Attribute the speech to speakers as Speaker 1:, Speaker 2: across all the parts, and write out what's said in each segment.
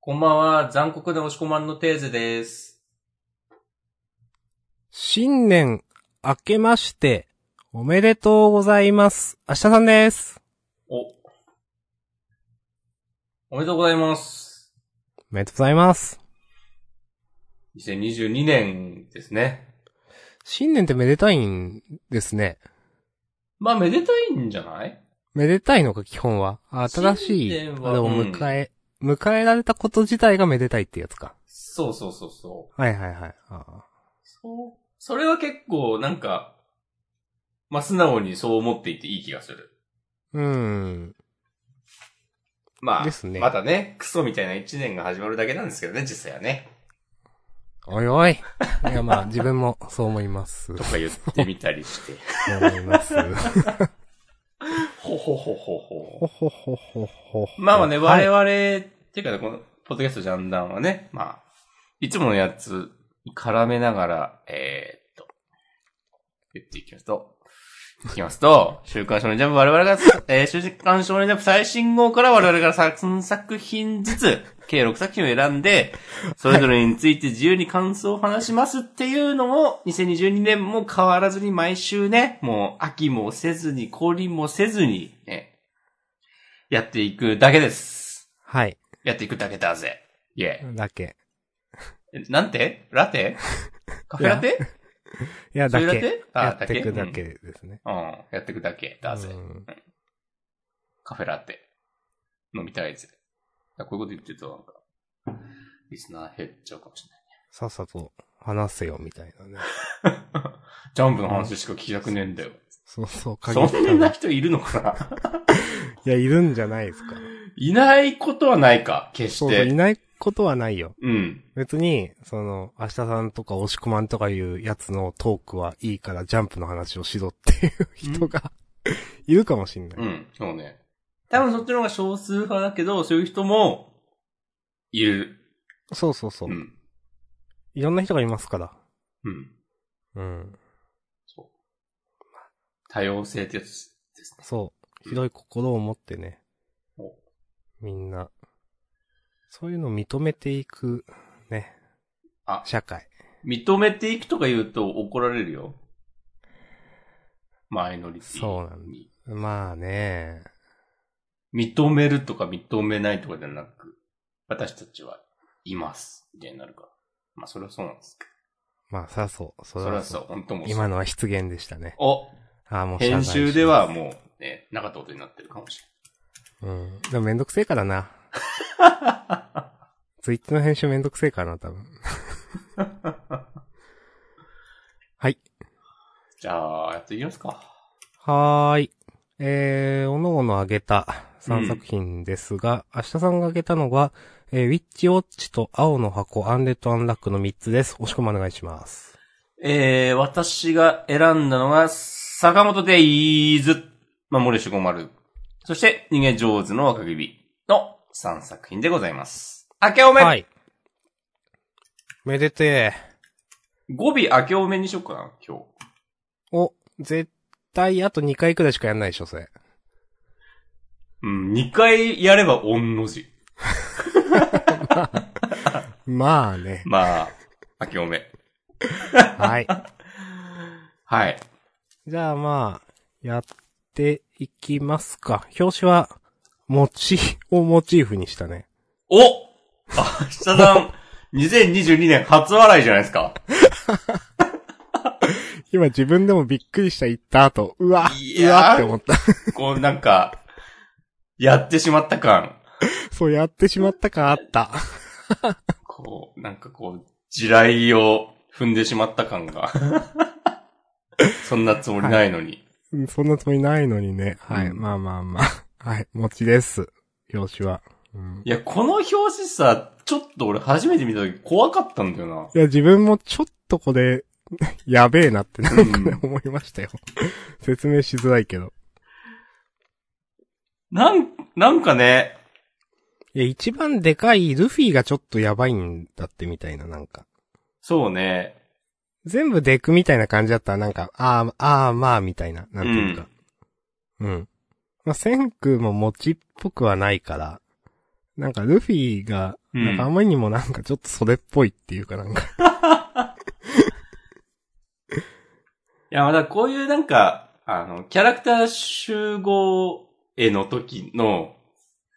Speaker 1: こんばんは、残酷で押し込まんのテーゼです。
Speaker 2: 新年明けましておめでとうございます。明日さんです。
Speaker 1: お。おめでとうございます。
Speaker 2: おめでとうございます。
Speaker 1: 2022年ですね。
Speaker 2: 新年ってめでたいんですね。
Speaker 1: まあ、めでたいんじゃない
Speaker 2: めでたいのか基本は。あ新しい、あ
Speaker 1: 新年
Speaker 2: で
Speaker 1: は
Speaker 2: も
Speaker 1: うん
Speaker 2: 迎え、迎えられたこと自体がめでたいってやつか。
Speaker 1: そうそうそうそう。
Speaker 2: はいはいはい。あ
Speaker 1: そう。それは結構、なんか、まあ、素直にそう思っていていい気がする。
Speaker 2: ーうん。
Speaker 1: まあ、
Speaker 2: ですね
Speaker 1: またね、クソみたいな一年が始まるだけなんですけどね、実際は ね。
Speaker 2: おいおい。いやまあ 自分もそう思います。
Speaker 1: とか言ってみたりして。
Speaker 2: そう思い ます。
Speaker 1: ほほほほほ。
Speaker 2: ほほほほほ。
Speaker 1: まあまあね、
Speaker 2: はい
Speaker 1: 我々、っていうかね、この、ポッドキャストジャンダンはね、まあ、いつものやつ、絡めながら、えー、っと、言っていきますと、いきますと、週刊少年ジャンプ我々が、えー、週刊少年ジャンプ最新号から我々が3作品ずつ、計6作品を選んで、それぞれについて自由に感想を話しますっていうのを、2022年も変わらずに毎週ね、もう秋もせずに、氷もせずに、ね、やっていくだけです。
Speaker 2: はい。
Speaker 1: やっていくだけだぜ。イェ
Speaker 2: だっけ。
Speaker 1: イ。なんてラ テカフェラテ
Speaker 2: いや、だ
Speaker 1: それだ
Speaker 2: け。
Speaker 1: けあ
Speaker 2: やってくだ。
Speaker 1: うん
Speaker 2: けですね。
Speaker 1: うん、やっていくだけだぜ
Speaker 2: う。ん
Speaker 1: カフェラテ。飲みたいぜ。こういうこと言ってるとなんか、リスナー減っちゃうかもしれない。
Speaker 2: さっさと話せよ、みたいなね。
Speaker 1: ジャンプの話しか聞きたくねえんだよ。
Speaker 2: そうそう、限った
Speaker 1: そんな人いるのかない
Speaker 2: や、いるんじゃないですか。
Speaker 1: いないことはないか、決
Speaker 2: そ
Speaker 1: し
Speaker 2: うそう、い
Speaker 1: て。
Speaker 2: ないことはないよ。
Speaker 1: うん。
Speaker 2: 別に、その、明日さんとか押し込まんとかいうやつのトークはいいからジャンプの話をしろっていう人が、 いるかもしんない。
Speaker 1: うん、そうね。多分そっちの方が少数派だけど、そういう人も、いる。
Speaker 2: そうそうそうう。
Speaker 1: ん。
Speaker 2: いろんな人がいますから。
Speaker 1: うん。
Speaker 2: うん。
Speaker 1: 多様性ってやつですね。
Speaker 2: そう。広い心を持ってね
Speaker 1: お。
Speaker 2: みんな。そういうのを認めていく、ね。
Speaker 1: あ
Speaker 2: 社会。
Speaker 1: 認めていくとか言うと怒られるよ。マイノリティに。
Speaker 2: そうなんまあね。
Speaker 1: 認めるとか認めないとかじゃなく、私たちはいます。みたいになるから。まあ、それはそうなんですけ
Speaker 2: まあ、さそう。そ
Speaker 1: ど。そ
Speaker 2: れ
Speaker 1: れは
Speaker 2: は
Speaker 1: そ
Speaker 2: そう
Speaker 1: う。。本当もうそう
Speaker 2: 今のは失言でしたね。
Speaker 1: お、
Speaker 2: ああ、もう謝罪
Speaker 1: 編
Speaker 2: しま
Speaker 1: 集
Speaker 2: す
Speaker 1: ではもう、ね、なかったことになってるかもし
Speaker 2: うん。でもめんどくせえからな。
Speaker 1: れ ない。
Speaker 2: ツイッチの編集めんどくせえからな、多分。はい。
Speaker 1: じゃあ、やっていきますか。
Speaker 2: はーい。えー、おのおのあげた
Speaker 1: うん
Speaker 2: 3作品ですが、明日さんがあげたのが、えー、ウィッチウォッチと青の箱、アンレッドアンラックの3つです。押し込みお願いします。
Speaker 1: えー、私が選んだのが、坂本デイズ、守り550。そして、逃げ上手の若君の3作品でございます。明けおめ、
Speaker 2: はい。めでて
Speaker 1: 語尾明けおめにしよっかな、今日。
Speaker 2: ー。お、絶対あと2回くらいしかやんないでしょ、それ。
Speaker 1: うん、2回やれば御の字。。
Speaker 2: まあね
Speaker 1: まあ、 明けおめ。
Speaker 2: はい。
Speaker 1: はい。
Speaker 2: じゃあまあ、やっていきますか。表紙は、餅をモチーフにしたね。
Speaker 1: おあ、下さん、2022年初笑いじゃないですか。
Speaker 2: 今自分でもびっくりした言った後、うわ、
Speaker 1: いうやー
Speaker 2: わって思った。
Speaker 1: こう、なんか、やってしまった感。
Speaker 2: そうやってしまったかあった。
Speaker 1: こう、なんかこう、地雷を踏んでしまった感が。 そんなつもりないのに。
Speaker 2: うんそんなつもりないのにね。はい、
Speaker 1: うん
Speaker 2: まあまあまあ。はい、餅です。表紙は。うん
Speaker 1: い、や、この表紙さ、ちょっと俺初めて見た時怖かったんだよな。
Speaker 2: いや、自分もちょっとこれ、 やべえなってなんかね、
Speaker 1: う
Speaker 2: 思いましたよ。説明しづらいけど。
Speaker 1: なん、なんかね、
Speaker 2: いや、一番でかいルフィがちょっとやばいんだってみたいな、なんか。
Speaker 1: そうね。
Speaker 2: 全部デクみたいな感じだったら、なんか、あーあー、まあ、みたいな、なんていうか。うん。まあ、千空も餅っぽくはないから、なんかルフィが、
Speaker 1: うん
Speaker 2: なんかあまりにもなんかちょっとそれっぽいっていうかなんか、
Speaker 1: いや、まだこういうなんか、あの、キャラクター集合絵の時の、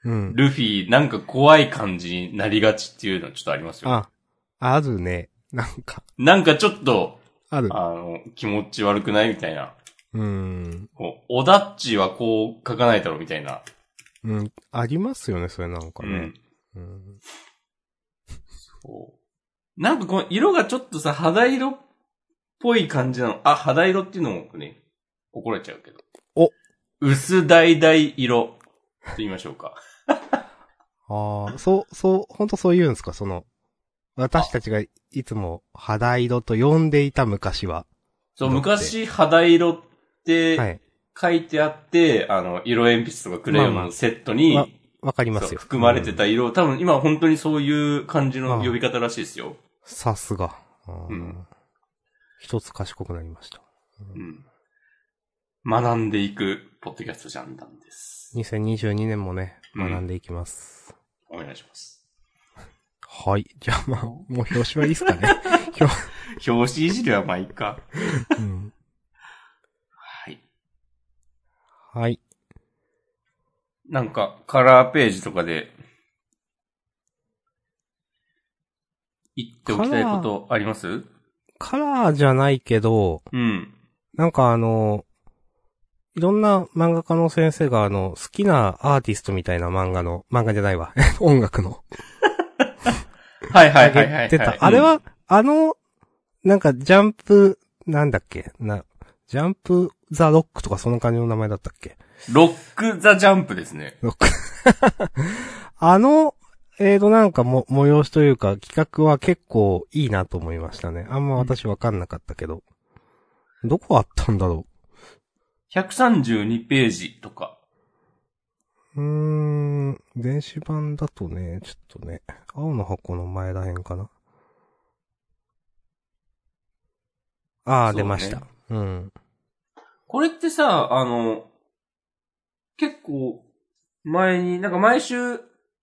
Speaker 2: うん。
Speaker 1: ルフィなんか怖い感じになりがちっていうのはちょっとありますよ。
Speaker 2: あ、あるね。なんか、
Speaker 1: なんかちょっと、
Speaker 2: ある。
Speaker 1: あの、気持ち悪くないみたいな。
Speaker 2: うん。
Speaker 1: こう、オダッチはこう書かないだろうみたいな。
Speaker 2: うん。ありますよね、それなんか
Speaker 1: う
Speaker 2: ね
Speaker 1: ん。。
Speaker 2: うん。
Speaker 1: こうなんかこの色がちょっとさ、肌色っぽい感じなの。あ、肌色っていうのもね、怒られちゃうけど。
Speaker 2: お
Speaker 1: 薄橙色と言いましょう か。
Speaker 2: ああ、そう、そう、ほんとそう言うんですか、その、私たちがいつも肌色と呼んでいた昔は。
Speaker 1: そう、
Speaker 2: だって
Speaker 1: 昔肌色って、
Speaker 2: はい。
Speaker 1: 書いてあって、あの、色鉛筆とかクレヨン
Speaker 2: まあま
Speaker 1: の
Speaker 2: あ
Speaker 1: セットに、
Speaker 2: まあわかります
Speaker 1: そう
Speaker 2: よ。
Speaker 1: 含まれて
Speaker 2: うん
Speaker 1: た色、多分今本当にそういう感じの呼び方らしいですよ。
Speaker 2: さすが。あー
Speaker 1: うん
Speaker 2: 一つ賢くなりました。
Speaker 1: うん。学んでいく、ポッドキャストジャンダンです。
Speaker 2: 2022年もね、
Speaker 1: うん
Speaker 2: 学んでいきます。
Speaker 1: お願いします。
Speaker 2: はい。じゃあ まあ、もう表紙はいいっすか ね。
Speaker 1: 表紙いじりはまあいいか。
Speaker 2: うん
Speaker 1: はい。
Speaker 2: はい。
Speaker 1: なんか、カラーページとかで、言っておきたいことあります
Speaker 2: カラーじゃないけど、
Speaker 1: うん。
Speaker 2: なんかあの、いろんな漫画家の先生があの、好きなアーティストみたいな漫画の、漫画じゃないわ。 音楽の。
Speaker 1: はいはいはいはい、はい。
Speaker 2: 出た。あれは、あの、なんかジャンプ、なんだっけな、ジャンプザロックとかそんな感じの名前だったっけ
Speaker 1: うん、ロックザジャンプですね。
Speaker 2: ロック。 あの、えーと、なんかも、催しというか、企画は結構いいなと思いましたね。あんま私わかんなかったけど。どこあったんだろ
Speaker 1: 132ページとか。
Speaker 2: ううーん、電子版だとね、ちょっとね、青の箱の前らへんかな。ああ、
Speaker 1: そうね
Speaker 2: 出ました。うん。
Speaker 1: これってさ、あの、結構、前に、なんか毎週、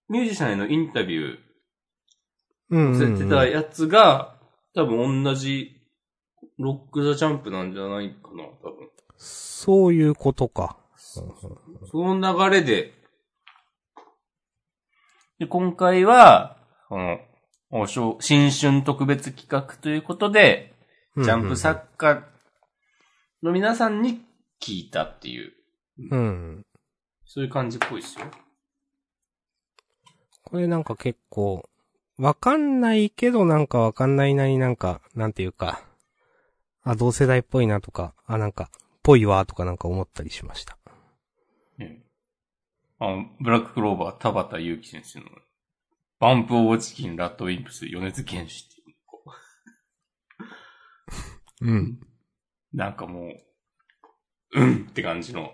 Speaker 1: ミュージシャンへのインタビュ
Speaker 2: う
Speaker 1: ー
Speaker 2: んうんう
Speaker 1: され
Speaker 2: ん
Speaker 1: てたやつが、多分同じ、ロック・ザ・ジャンプなんじゃないかな、多分。
Speaker 2: そういうことか。
Speaker 1: その流れで、で、今回は、この、おしょ新春特別企画ということで、ジャンプ作家の皆さんに聞いたっていう、
Speaker 2: うんうんうん。うん。
Speaker 1: そういう感じっぽいですよ。
Speaker 2: これなんか結構、わかんないけどなんかわかんないなりなんか、なんていうか、あ、同世代っぽいなとか、あ、なんか、ぽいわとかなんか思ったりしました。
Speaker 1: ねあブラッククローバー、田畑祐樹先生の、バンプオブチキン、ラットウィンプス、米津玄師っていうこ
Speaker 2: うん。
Speaker 1: うなんかもう、うんって感じの、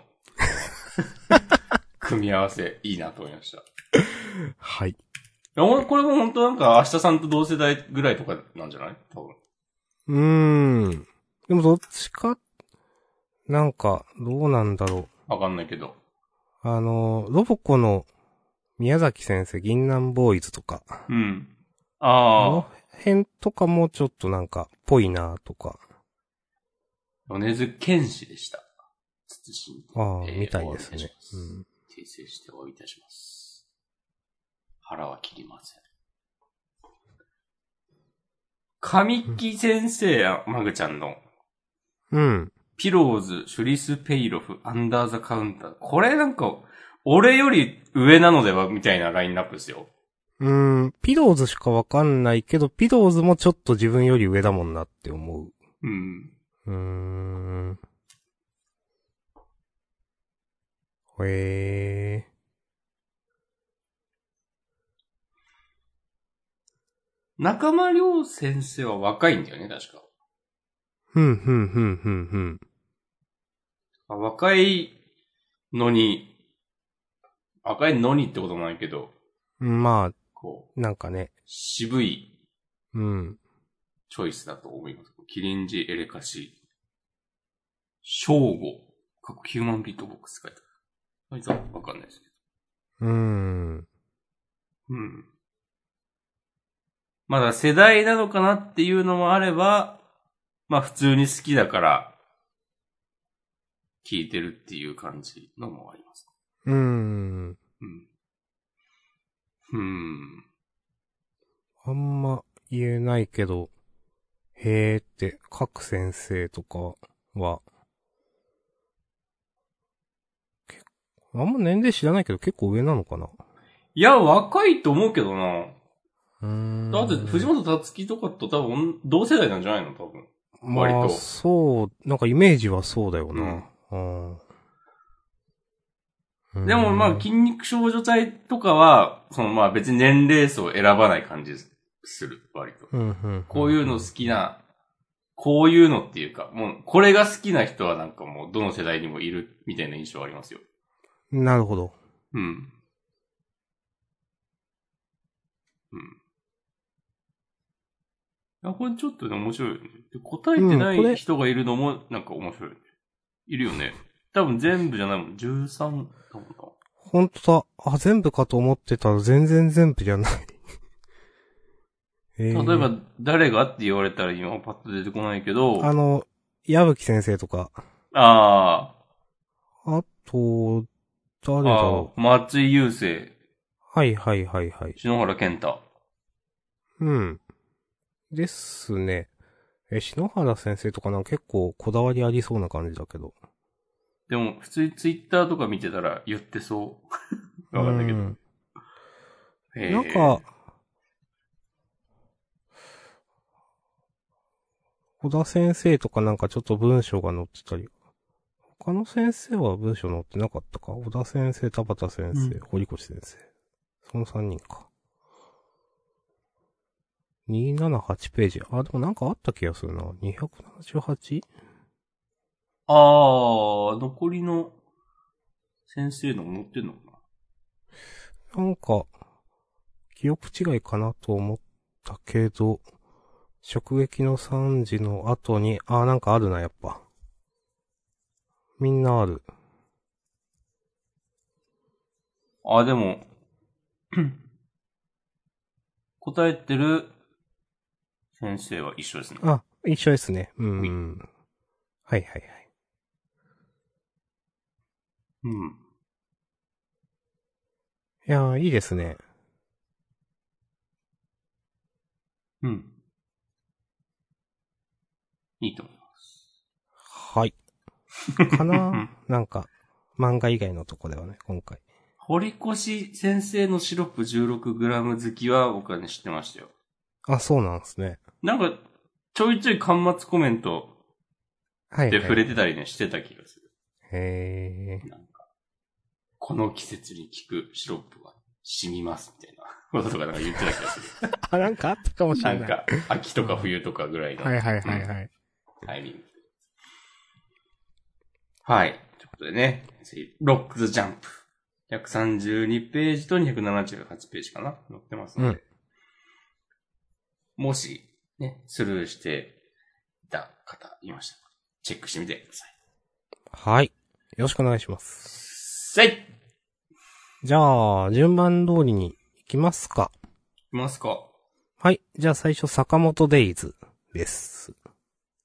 Speaker 1: 組み合わせ、いいなと思いました。い
Speaker 2: はい。
Speaker 1: やほんこれも本当なんか、明日さんと同世代ぐらいとかなんじゃない多分。
Speaker 2: うーん。でもどっちか、なんか、どうなんだろ
Speaker 1: わかんないけど。
Speaker 2: う。あの、ロボコの宮崎先生、銀南ボーイズとか、
Speaker 1: うん。
Speaker 2: あ
Speaker 1: あ
Speaker 2: の辺とかもちょっとなんか、ぽいなとか、
Speaker 1: あ、米津玄師でした。慎んで
Speaker 2: ああ、
Speaker 1: えー
Speaker 2: みたいです
Speaker 1: お詫びいた
Speaker 2: ね
Speaker 1: しま。す
Speaker 2: うん。
Speaker 1: 訂正してお詫びいたします。腹は切りません。神木先生やマグちゃんの、
Speaker 2: うん。
Speaker 1: ピローズ、シュリス・ペイロフ、アンダー・ザ・カウンター。これなんか、俺より上なのではみたいなラインナップですよ。
Speaker 2: うーん、ピローズしかわかんないけど、ピローズもちょっと自分より上だもんなって思う。
Speaker 1: うん。
Speaker 2: うーん。へえ。
Speaker 1: 中間良先生は若いんだよね、確か。
Speaker 2: ふんふんふんふんふん。
Speaker 1: あ若いのに、若いのにってこともないけど、
Speaker 2: まあ、
Speaker 1: こう、
Speaker 2: なんかね、
Speaker 1: 渋い
Speaker 2: うん。
Speaker 1: チョイスだと思います。キリンジ、エレカシ、ショーゴ、かっこヒューマンビートボックス書いてある。あいつはわかんないですけど。
Speaker 2: うーん。
Speaker 1: うん。まだ世代なのかなっていうのもあれば、まあ普通に好きだから、聞いてるっていう感じのもあります。
Speaker 2: うーん。
Speaker 1: うん。うん。
Speaker 2: あんま言えないけど、へーって、各先生とかは、けあんま年齢知らないけど結構上なのかな。
Speaker 1: いや、若いと思うけどな。
Speaker 2: うーん。
Speaker 1: だって藤本達樹とかと多分同世代なんじゃないの多分。割と
Speaker 2: まあ、そう、なんかイメージはそうだよな。うん。
Speaker 1: でもまあ、
Speaker 2: うん
Speaker 1: 筋肉少女隊とかは、そのまあ別に年齢層を選ばない感じする、割と。
Speaker 2: うんうん、
Speaker 1: こういうの好きな、こういうのっていうか、もう、これが好きな人はなんかもう、どの世代にもいる、みたいな印象ありますよ。
Speaker 2: なるほど。
Speaker 1: うん。うん。あ、これちょっとね、面白いよね。で答えてな
Speaker 2: うんこ
Speaker 1: い
Speaker 2: れ
Speaker 1: 人がいるのも、なんか面白い、ねいるよね。多分全部じゃないもん。13だもんな。
Speaker 2: ほんとだ。あ、全部かと思ってたら全然全部じゃない。 え
Speaker 1: 例えば、誰がって言われたら今パッと出てこないけど、
Speaker 2: あ
Speaker 1: あ
Speaker 2: の、矢吹先生とか、
Speaker 1: あ
Speaker 2: あと、誰
Speaker 1: ー、
Speaker 2: だ
Speaker 1: あ
Speaker 2: ろ
Speaker 1: ー松井雄生、
Speaker 2: う。はいはいはいはい。
Speaker 1: 篠原健太。
Speaker 2: うん。ですね。え、篠原先生とかなんか結構こだわりありそうな感じだけど。
Speaker 1: でも、普通にツイッターとか見てたら言ってそう。 わかんないけど
Speaker 2: う。ん
Speaker 1: えー
Speaker 2: なんか、、小田先生とかなんかちょっと文章が載ってたり、他の先生は文章載ってなかったか小田先生、田畑先生、
Speaker 1: うん
Speaker 2: 堀越先生。その3人か。278ページ。あ、でもなんかあった気がするな。278?
Speaker 1: あー、残りの先生のも載ってんのか
Speaker 2: なんか、記憶違いかなと思ったけど、直撃の3時の後に、あーなんかあるな、やっぱ。みんなある。
Speaker 1: なあー、でも、 答えてる先生は一緒ですね。
Speaker 2: あ、一緒ですね。うんうん。はいはいはい。
Speaker 1: うん。
Speaker 2: いやー、いいですね。
Speaker 1: うん。いいと思う。
Speaker 2: はい。か ななんか、漫画以外のとこではね、今回。
Speaker 1: 堀越先生のシロップ 16g 好きは僕はね、知ってましたよ。
Speaker 2: あ、そうなんですね。
Speaker 1: なんか、ちょいちょい端末コメント
Speaker 2: はい、は
Speaker 1: で
Speaker 2: い。
Speaker 1: 触れてたりね、してた気がする。
Speaker 2: へー。
Speaker 1: なんか、この季節に効くシロップが染みますみたいなこととかなんか言ってた気がする。
Speaker 2: あ、 なんかあったかもしれ
Speaker 1: な
Speaker 2: ない。
Speaker 1: んか、秋とか冬とかぐらいの
Speaker 2: はいはいはいはい。
Speaker 1: タイミング。はい。ということでね、次ロックズジャンプ。132ページと278ページかな載ってますので。もし、ね、スルーしていた方いましたら、チェックしてみてください。
Speaker 2: はい。よろしくお願いします。
Speaker 1: せいい
Speaker 2: じゃあ、順番通りに行きますか。
Speaker 1: きますか
Speaker 2: はい。じゃあ最初、坂本デイズです。
Speaker 1: い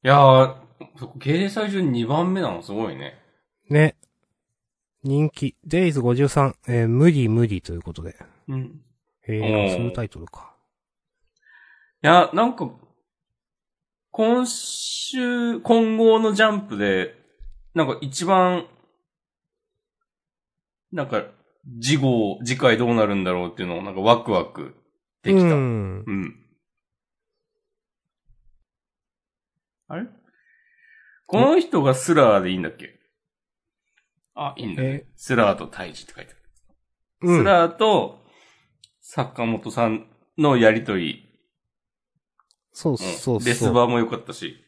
Speaker 1: やー、そこ芸最初に2番目なのすごいね。
Speaker 2: ね。人気、デイズ53、えー無理無理ということで。
Speaker 1: うん。
Speaker 2: え
Speaker 1: おー
Speaker 2: ー、そういうタイトルか。
Speaker 1: いや、なんか、今週、今後のジャンプで、なんか一番、なんか、次号、次回どうなるんだろうっていうのを、なんかワクワクできた。
Speaker 2: う
Speaker 1: うん。
Speaker 2: ん。
Speaker 1: あれこの人がスラーでいいんだっけあ、いいんだね
Speaker 2: え。
Speaker 1: スラーとタイジって書いてある。
Speaker 2: う
Speaker 1: ス
Speaker 2: ん。
Speaker 1: ラーと、坂本さんのやりとり
Speaker 2: そう
Speaker 1: うん
Speaker 2: そう
Speaker 1: レス
Speaker 2: そう。
Speaker 1: バーも良かったし。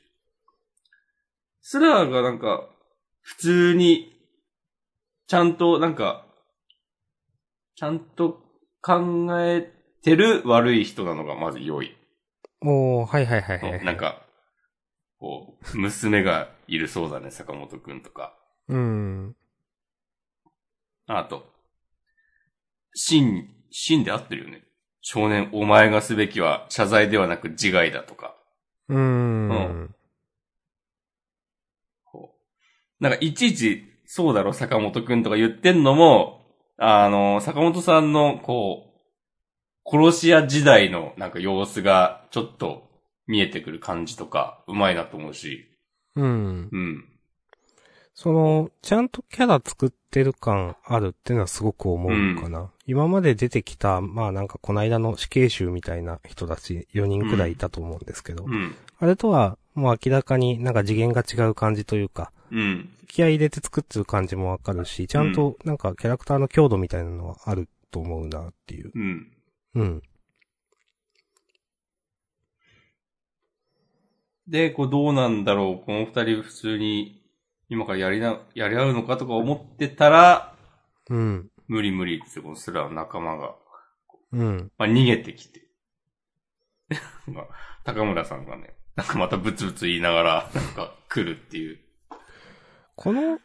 Speaker 1: スラーがなんか、普通に、ちゃんとなんか、ちゃんと考えてる悪い人なのがまず良い。
Speaker 2: おー、はいはいはいはい。
Speaker 1: なん。か、こう、娘がいるそうだね、坂本くんとか。
Speaker 2: うん。
Speaker 1: あと、シン、シンで合ってるよね。少年、お前がすべきは謝罪ではなく自害だとか。
Speaker 2: うーん。
Speaker 1: うんこうなんかいちいち、そうだろ、坂本くんとか言ってんのも、あの、坂本さんの、こう、殺し屋時代のなんか様子がちょっと見えてくる感じとか、うまいなと思うし、
Speaker 2: うん。
Speaker 1: うん。
Speaker 2: その、ちゃんとキャラ作ってる感あるってのはすごく思うかな。今まで出てきた、まあなんかこの間の死刑囚みたいな人たち4人くらいいたと思うんですけど、
Speaker 1: うん。
Speaker 2: あれとはもう明らかになんか次元が違う感じというか、
Speaker 1: うん。
Speaker 2: 気合い入れて作ってる感じもわかるし、ちゃんとなんかキャラクターの強度みたいなのはあると思うなっていう。
Speaker 1: うん。
Speaker 2: うん。
Speaker 1: で、こうどうなんだろう、この二人普通に今からやりな、やり合うのかとか思ってたら、
Speaker 2: うん。
Speaker 1: 無理無理ってこのスラの仲間が、
Speaker 2: うん。
Speaker 1: まあ、逃げてきて。 まあ高村さんがね、なんかまたブツブツ言いながら、なんか来るっていう。
Speaker 2: この、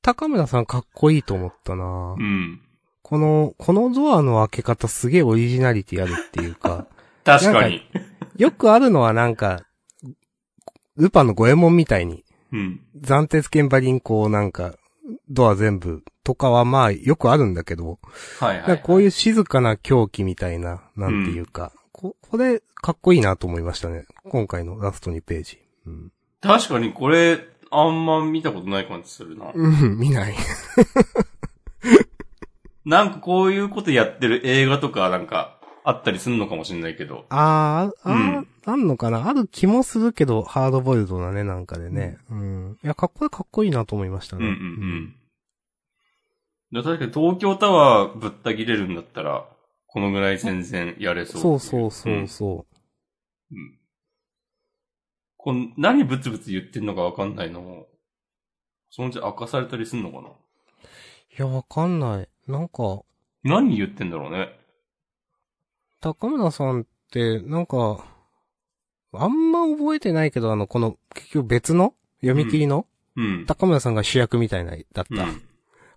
Speaker 2: 高村さんかっこいいと思ったな
Speaker 1: うん。
Speaker 2: この、このドアの開け方すげえオリジナリティあるっていうか、
Speaker 1: 確かに。
Speaker 2: よくあるのはなんか、ルパンの五右衛門みたいに、
Speaker 1: うん。
Speaker 2: 暫定剣馬輪こうなんか、ドア全部とかはまあよくあるんだけど、
Speaker 1: はいは
Speaker 2: なん
Speaker 1: い
Speaker 2: か。こういう静かな狂気みたいな、なんていうか、こ、これかっこいいなと思いましたね。今回のラスト2ページ。うん。
Speaker 1: 確かにこれ、あんま見たことない感じするな。
Speaker 2: うん、見ない。
Speaker 1: なんかこういうことやってる映画とかなんかあったりするのかもしれないけど。
Speaker 2: あー、あー、
Speaker 1: うん
Speaker 2: あんのかなある気もするけど、ハードボイルドなね、なんかでね。うん。いや、かっこいい、かっこいいなと思いました
Speaker 1: うん
Speaker 2: ね。
Speaker 1: うんうん。だから確かに東京タワーぶった切れるんだったら、このぐらい全然やれそうってい
Speaker 2: そうそうそうそう。
Speaker 1: うん。こん何ブツブツ言ってんのかわかんないのも、そのうち明かされたりすんのかない
Speaker 2: や、わかんない。なんか、
Speaker 1: 何言ってんだろうね。
Speaker 2: 高村さんって、なんか、あんま覚えてないけど、あの、この、結局別の読み切りの、
Speaker 1: うん。
Speaker 2: 高村さんが主役みたいな、だった。
Speaker 1: うん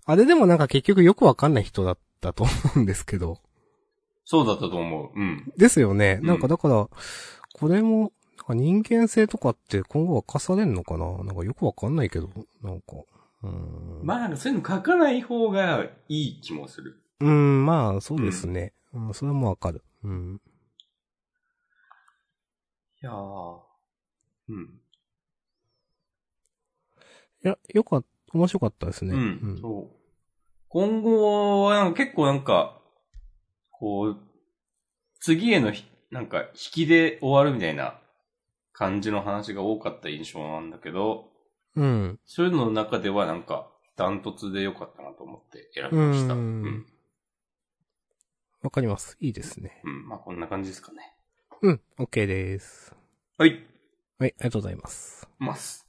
Speaker 2: あれでもなんか結局よくわかんない人だったと思うんですけど。
Speaker 1: そうだったと思う。うん。
Speaker 2: ですよね。
Speaker 1: うん
Speaker 2: なんかだから、これも、なんか人間性とかって今後は課されんのかななんかよくわかんないけど、なんか。うーん。
Speaker 1: まあなんかそういうの書かない方がいい気もする。
Speaker 2: うん、まあ、そうですね。うん、それもわかる。うん。
Speaker 1: いやー。うん。
Speaker 2: いや、よかっ面白かったですね。
Speaker 1: うん。そう。今後はなんか結構なんか、こう、次へのひなんか引きで終わるみたいな感じの話が多かった印象なんだけど、
Speaker 2: うん。
Speaker 1: そういうのの中ではなんか、ダントツで良かったなと思って選びました。
Speaker 2: う
Speaker 1: うんん,、
Speaker 2: わかります。いいですね。
Speaker 1: うん。まあこんな感じですかね。
Speaker 2: うん、OK です。
Speaker 1: はい。
Speaker 2: はい、ありがとうございます。
Speaker 1: ます。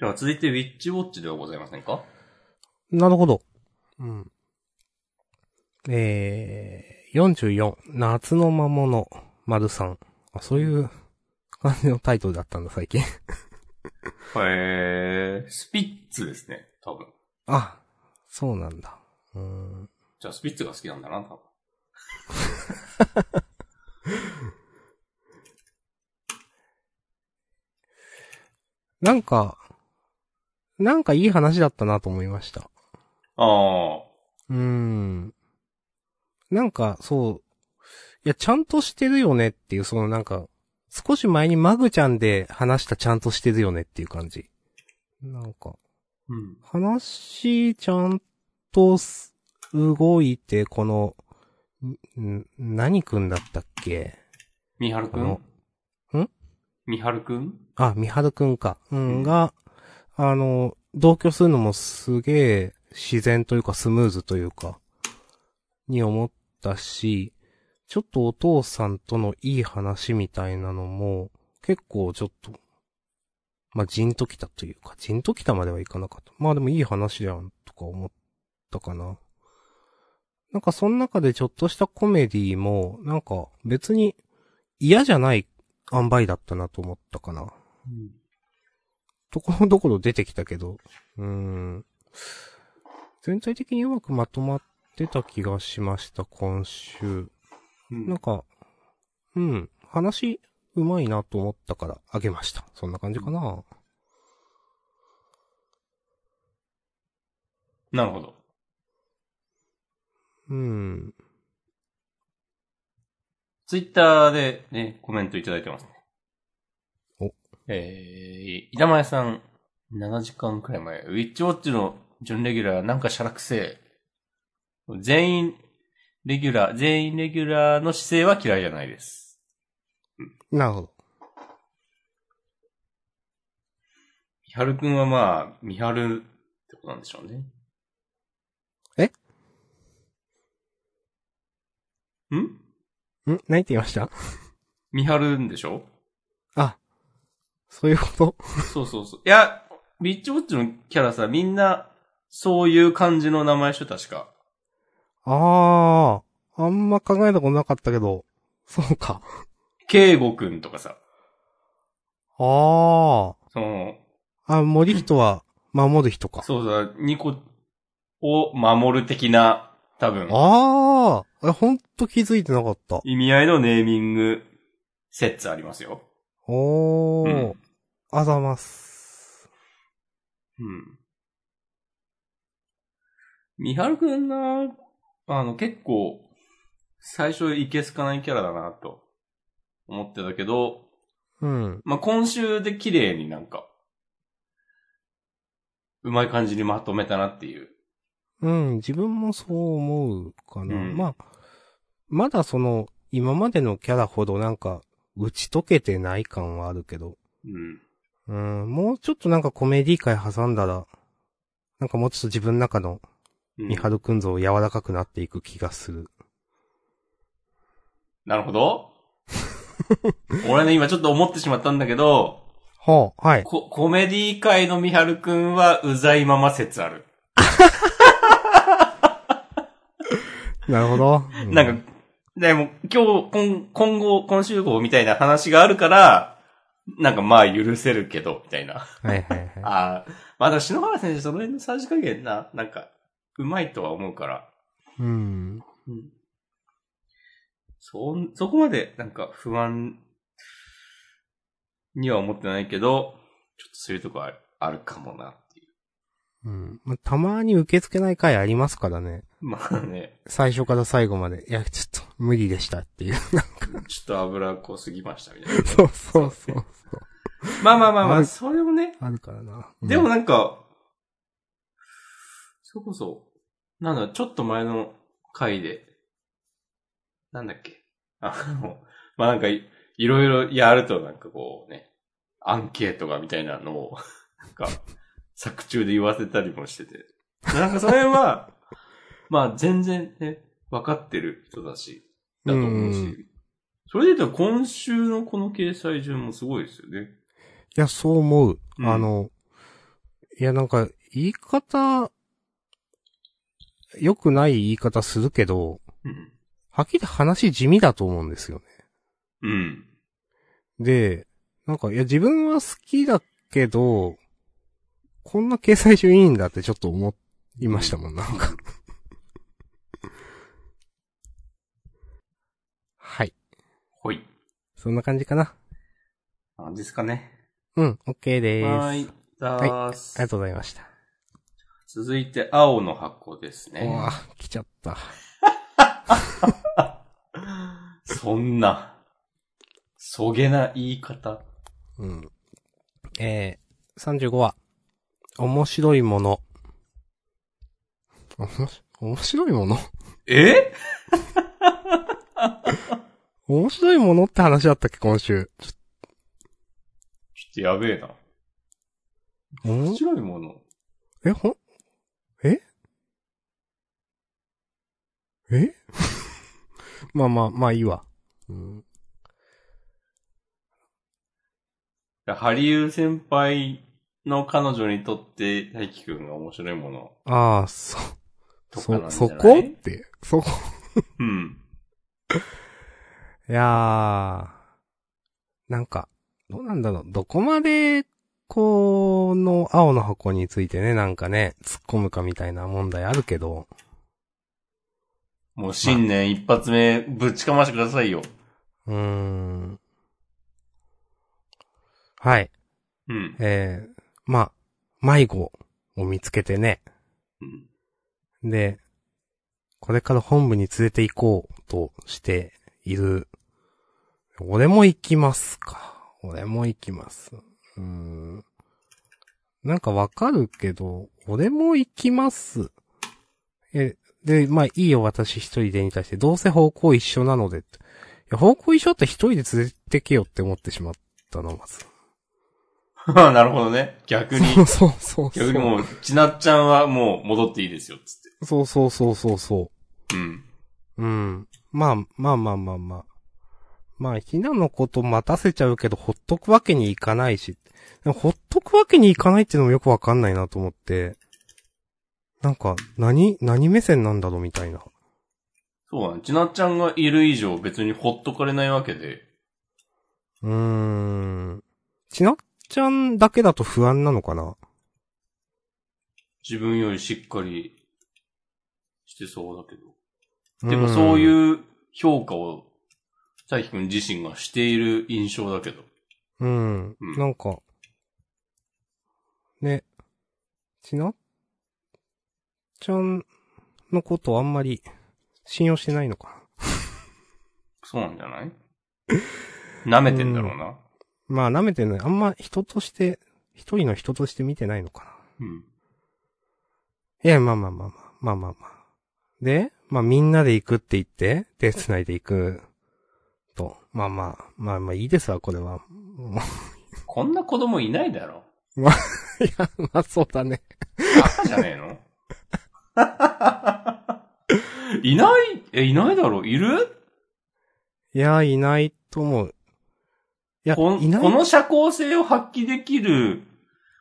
Speaker 1: では続いて、ウィッチウォッチではございませんか
Speaker 2: なるほど。うん。えー、44、夏の魔物、丸さん。あ、そういう感じのタイトルだったんだ、最近。
Speaker 1: えー、スピッツですね。多分。
Speaker 2: あ、そうなんだ。うーん。
Speaker 1: じゃあスピッツが好きなんだな、多分。
Speaker 2: なんか、なんかいい話だったなと思いました。
Speaker 1: あ
Speaker 2: うーん。なんか、そう。いや、ちゃんとしてるよねっていう、そのなんか、少し前にマグちゃんで話したちゃんとしてるよねっていう感じ。なんか、
Speaker 1: ー。うん。
Speaker 2: 話、ちゃんとす、動いて、この、んん何くんだったっけ
Speaker 1: みはるくん
Speaker 2: あのん
Speaker 1: みはるくん
Speaker 2: あ、みはるくんか。う
Speaker 1: うん
Speaker 2: ん、が、あの、同居するのもすげえ自然というかスムーズというか、に思ったし、ちょっとお父さんとのいい話みたいなのも、結構ちょっと、まあ、じんときたというか、じんときたまではいかなかった。まあでもいい話やん、とか思ったかな。なんかその中でちょっとしたコメディも、なんか別に嫌じゃない塩梅だったなと思ったかな。ところどころ出てきたけど、うーん。全体的にうまくまとまっしてた気がしました、今週。
Speaker 1: うん
Speaker 2: なんか、うん、話、うまいなと思ったから、あげました。そんな感じかな。
Speaker 1: なるほど。
Speaker 2: うん。
Speaker 1: ツイッターでね、コメントいただいてますね。
Speaker 2: お。
Speaker 1: えー、板前さん、7時間くらい前、ウィッチウォッチの準レギュラーなんかシャラくせえ。全員、レギュラー、全員レギュラーの姿勢は嫌いじゃないです。
Speaker 2: なるほど。
Speaker 1: みはるくんはまあ、みはるってことなんでしょうね。えん
Speaker 2: ん何て言いました
Speaker 1: みはるんでしょ
Speaker 2: あ、そういうこと
Speaker 1: そうそうそう。いや、ビッチウォッチのキャラさ、みんな、そういう感じの名前してたしか。
Speaker 2: ああ、あんま考えたことなかったけど、そうか。
Speaker 1: ケイゴくんとかさ、
Speaker 2: あ
Speaker 1: その、
Speaker 2: あ、あ、森人は守る人か。
Speaker 1: そうだ、ニコを守る的な、多分、
Speaker 2: ああ、えほんと気づいてなかった。
Speaker 1: 意味合いのネーミング、説ありますよ。
Speaker 2: お
Speaker 1: う
Speaker 2: ー、
Speaker 1: ん
Speaker 2: あざます。
Speaker 1: うん。みはるくんな、あの、結構、最初いけすかないキャラだな、と、思ってたけど、
Speaker 2: うん。
Speaker 1: まあ、今週で綺麗になんか、うまい感じにまとめたなっていう。
Speaker 2: うん、自分もそう思うかな。
Speaker 1: うん
Speaker 2: まあ、まだその、今までのキャラほどなんか、打ち解けてない感はあるけど、
Speaker 1: うん。
Speaker 2: うん、もうちょっとなんかコメディ界挟んだら、なんかもうちょっと自分の中の
Speaker 1: うん
Speaker 2: ミハルくん像柔らかくなっていく気がする。
Speaker 1: なるほ ど。俺ね、今ちょっと思ってしまったんだけど、
Speaker 2: はあ、はい。
Speaker 1: ココメディ界のみはるくんはうざいまま説ある。
Speaker 2: なるほ ど。う
Speaker 1: なんか、でも今日、今今後、今週号みたいな話があるから、なんかまあ許せるけど、みたいな。
Speaker 2: はいはいはい。
Speaker 1: ああ、まあだから篠原先生その辺のさじ加減な、なんか、うまいとは思うから。
Speaker 2: うん。
Speaker 1: うんそん、そこまでなんか不安には思ってないけど、ちょっとそういうとこあるあるかもなっていう。
Speaker 2: うん。まあ、たまに受け付けない回ありますからね。
Speaker 1: まあね、
Speaker 2: 最初から最後まで。いや、ちょっと無理でしたっ ていう。
Speaker 1: ちょっと脂っこすぎましたみたいな。
Speaker 2: そうそうそうそう。
Speaker 1: まあまあまあま
Speaker 2: あ
Speaker 1: あ、
Speaker 2: る
Speaker 1: それもね、
Speaker 2: あるからな。
Speaker 1: でもなんか、それこそ、なんだ、ちょっと前の回で、なんだっけ。あの、まあなんかい、いろいろやるとなんかこうね、アンケートがみたいなのを、なんか、作中で言わせたりもしてて。なんかそれは、 まあ全然ね、分かってる人だし、だと思う
Speaker 2: う
Speaker 1: し。それで言うと今週のこの掲載順もすごいですよね。
Speaker 2: いや、そう思う。
Speaker 1: うん
Speaker 2: あの、いや、なんか、言い方、良くない言い方するけど、
Speaker 1: うん。
Speaker 2: はっきり話地味だと思うんですよね。
Speaker 1: うん。
Speaker 2: で、なんか、いや、自分は好きだけど、こんな掲載順いいんだってちょっと思いましたもん、な んか。はい。
Speaker 1: ほい。
Speaker 2: そんな感じかな。
Speaker 1: なんですかね。
Speaker 2: うん、OK でーす。
Speaker 1: はーい。だーす
Speaker 2: ありがとうございました。
Speaker 1: 続いて、青の箱です
Speaker 2: うわ
Speaker 1: ね。
Speaker 2: ぁ来ちゃった。
Speaker 1: そんな、そげな言い方。
Speaker 2: うん。えー、35話。面白いもの。おもし面白いもの
Speaker 1: え
Speaker 2: 面白いものって話だったっけ、今週。ち
Speaker 1: ちょっとやべえな。
Speaker 2: ょおも
Speaker 1: 面白いもの。
Speaker 2: え、ほんええ まあまあ、まあいいわ。うん。
Speaker 1: ハリウ先輩の彼女にとって、大輝くんが面白いもの
Speaker 2: ああ、そ、
Speaker 1: とかなん
Speaker 2: そ、
Speaker 1: じゃ
Speaker 2: そ
Speaker 1: ない
Speaker 2: こって、そこ。
Speaker 1: うん。
Speaker 2: いやー、なんか、どうなんだろう、どこまで、この青の箱についてね、なんかね、突っ込むかみたいな問題あるけど、
Speaker 1: もう新年一発目ぶちかましてくださいよ。
Speaker 2: うーん。はい。
Speaker 1: うん。
Speaker 2: えー、まあ、迷子を見つけてね。
Speaker 1: うん
Speaker 2: で、これから本部に連れて行こうとしている。俺も行きますか。俺も行きます。うーん。なんかわかるけど、俺も行きます。え、で、まあいいよ私一人でに対して、どうせ方向一緒なのでって。いや、方向一緒だって一人で連れてけよって思ってしまったの、まず。
Speaker 1: なるほどね。逆に。
Speaker 2: そうそうそうそ
Speaker 1: 逆に
Speaker 2: う。
Speaker 1: もう、ちなっちゃんはもう戻っていいですよ、つっ
Speaker 2: そうそうそうそうそう。
Speaker 1: て。うん。
Speaker 2: うん。まあ、まあまあまあまあ。まあ、ひなのこと待たせちゃうけど、ほっとくわけにいかないし。でもほっとくわけにいかないっていうのもよくわかんないなと思って。なんか、何、何目線なんだろうみたいな。
Speaker 1: そうだね。ちなっちゃんがいる以上別にほっとかれないわけで。
Speaker 2: うーん。ちなっちゃんだけだと不安なのかな
Speaker 1: 自分よりしっかりしてそうだけど。で
Speaker 2: で
Speaker 1: もそう
Speaker 2: う
Speaker 1: いう評価を、大輝くん自身がしている印象だけど。
Speaker 2: ーん。
Speaker 1: う
Speaker 2: うんん。なんか、ね、ちなっちゃんのことあんまり信用してないのかな
Speaker 1: そうなんじゃない舐めてんだろうな。
Speaker 2: まあ舐めてるのに、あんま人として、一人の人として見てないのかな。
Speaker 1: うん。
Speaker 2: いや、まあまあまあまあ、まあまあまあ。で、まあみんなで行くって言って、手繋いで行く。と。まあまあ、まあまあいいですわ、これは。 も
Speaker 1: こんな子供いないだろ。
Speaker 2: ういや、まあそうだね。
Speaker 1: 赤じゃねえの いないえ、いないだろいる
Speaker 2: いや、いないと思う。いや、
Speaker 1: こん
Speaker 2: いない。
Speaker 1: この社交性を発揮できる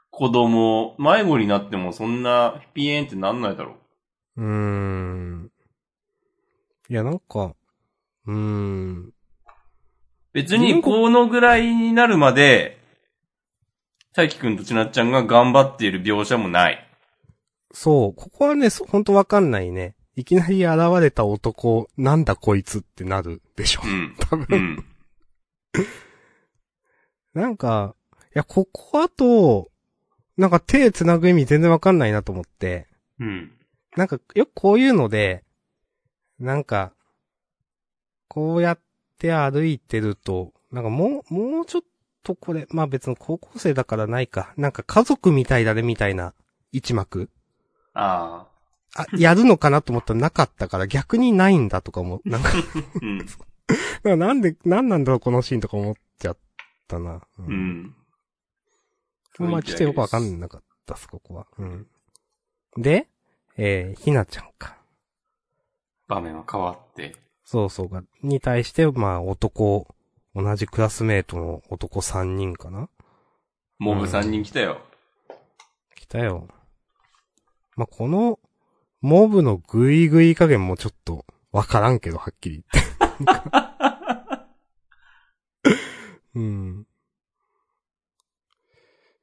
Speaker 1: 子供、迷子になってもそんなピエーンってなんないだろ
Speaker 2: うーん。いや、なんか、うーん。
Speaker 1: 別に、このぐらいになるまで、大輝くんとちなっちゃんが頑張っている描写もない。
Speaker 2: そう、ここはね、そほんとわかんないね。いきなり現れた男、なんだこいつってなるでしょ
Speaker 1: う。ん。
Speaker 2: 多分
Speaker 1: う。ん。
Speaker 2: なんか、いや、ここあと、なんか手繋ぐ意味全然わかんないなと思って、
Speaker 1: うん。
Speaker 2: なんかよくこういうので、なんか、こうやって歩いてると、なんかもう、もうちょっとこれ、まあ別に高校生だからないか、なんか家族みたいだねみたいな一幕
Speaker 1: ああ。
Speaker 2: あ、やるのかなと思ったらなかったから逆にないんだとかも、なんか、
Speaker 1: うん。
Speaker 2: なんかなんで、なんなんだろうこのシーンとか思っちゃったな。う
Speaker 1: う。ん。
Speaker 2: まあ、ちょっとよくわかんなかったっす、ここは。うん。で、えー、ひなちゃんか。
Speaker 1: 場面は変わって。
Speaker 2: そうそうが、に対して、まあ、男、同じクラスメイトの男3人かな
Speaker 1: モブ3人来たよ。
Speaker 2: 来たよ。まあ、この、モブのグイグイ加減もちょっと、わからんけど、はっきり言って。うん。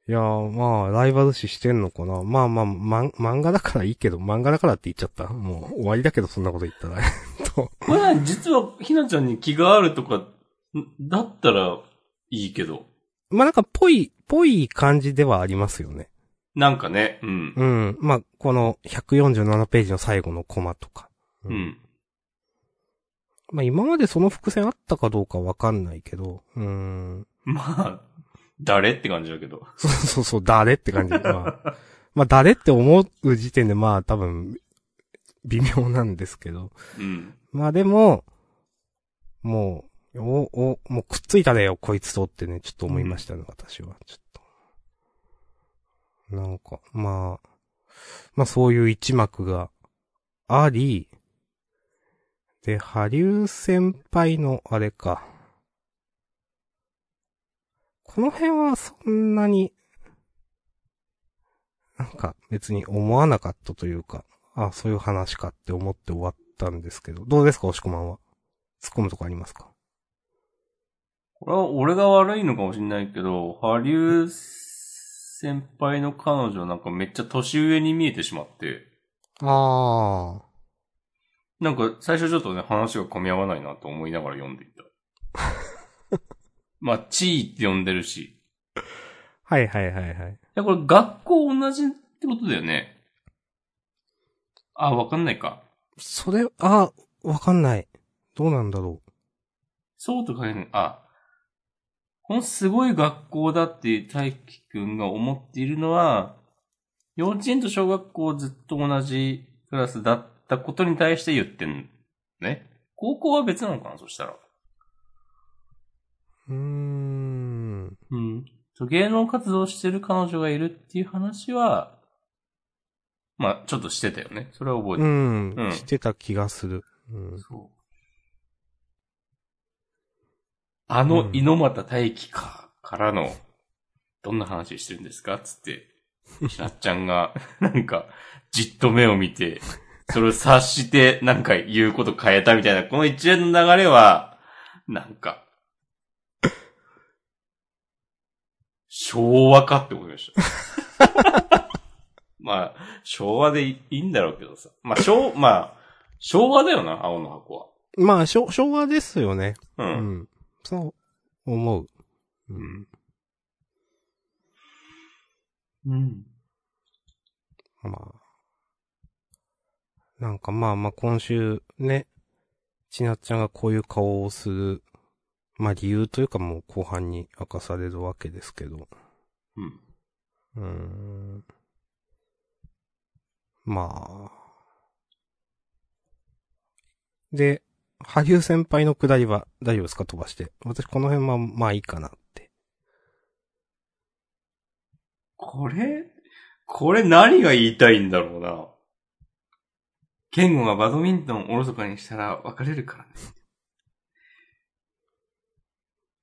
Speaker 2: いやー、まあ、ライバル視してんのかな。まあまあ、まん、漫画だからいいけど、漫画だからって言っちゃった。もう、終わりだけど、そんなこと言ったら。え っと、
Speaker 1: これは実はひなちゃんに気があるとか、んだったらいいけど。
Speaker 2: まあなんか、ぽい、ぽい感じではありますよね。
Speaker 1: なんかね、うん。
Speaker 2: うん。まあ、この、147ページの最後のコマとか。
Speaker 1: う。ん。
Speaker 2: まあ、今までその伏線あったかどうかわかんないけど、うーん。
Speaker 1: まあ、誰って感じだけど。
Speaker 2: そうそうそう、誰って感じ。まあ、まあ、誰って思う時点で、まあ、多分、微妙なんですけど。
Speaker 1: うん。
Speaker 2: まあ、でも、もう、お、お、もうくっついたでよ、こいつとってね、ちょっと思いましたね、私は。ちょっと。なんか、まあ、まあ、そういう一幕があり、で、ハリュー先輩のあれか。この辺はそんなに、なんか別に思わなかったというか、あそういう話かって思って終わったんですけど、どうですか、押し込まんは。突っ込むとこありますか
Speaker 1: これは俺が悪いのかもしれないけど、ハリュー先輩の彼女なんかめっちゃ年上に見えてしまって、
Speaker 2: ああ。
Speaker 1: なんか最初ちょっとね、話が噛み合わないなと思いながら読んでいた。まあ、地位って呼んでるし。
Speaker 2: はいはいはいはい。
Speaker 1: いや、これ学校同じってことだよね。あ、わかんないか。
Speaker 2: それ、あ、わかんない。どうなんだろ
Speaker 1: そうとかね、あ、このすごい学校だって大輝くんが思っているのは、幼稚園と小学校ずっと同じクラスだったことに対して言ってんね。高校は別なのかな、そしたら。
Speaker 2: う。うーん。
Speaker 1: うん。芸能活動してる彼女がいるっていう話は、まあ、ちょっとしてたよね。それは覚えて
Speaker 2: う
Speaker 1: る。
Speaker 2: ん
Speaker 1: うん。
Speaker 2: してた気がする。うん。
Speaker 1: そう。あの猪俣大輝か、からの、どんな話してるんですかつって、ひなっちゃんが、 なんか、じっと目を見て、それを察して、なんか言うこと変えたみたいな、この一連の流れは、なんか、昭和かって思いました。 まあ、昭和でいいいんだろうけどさ。まあ、昭、まあ、昭和だよな、青の箱は。
Speaker 2: まあ、昭昭和ですよね。
Speaker 1: う。
Speaker 2: うんん。そう、思う。うん。
Speaker 1: うん。
Speaker 2: まあ。なんかまあまあ今週ね、ちなっちゃんがこういう顔をする、まあ理由というかもう後半に明かされるわけですけど。
Speaker 1: うん。
Speaker 2: うーん。まあ。で、羽生先輩のくだりは大丈夫ですか飛ばして。私この辺はまあいいかなって。
Speaker 1: これ、これ何が言いたいんだろうな。ケンゴがバドミントンおろそかにしたら別れるからね。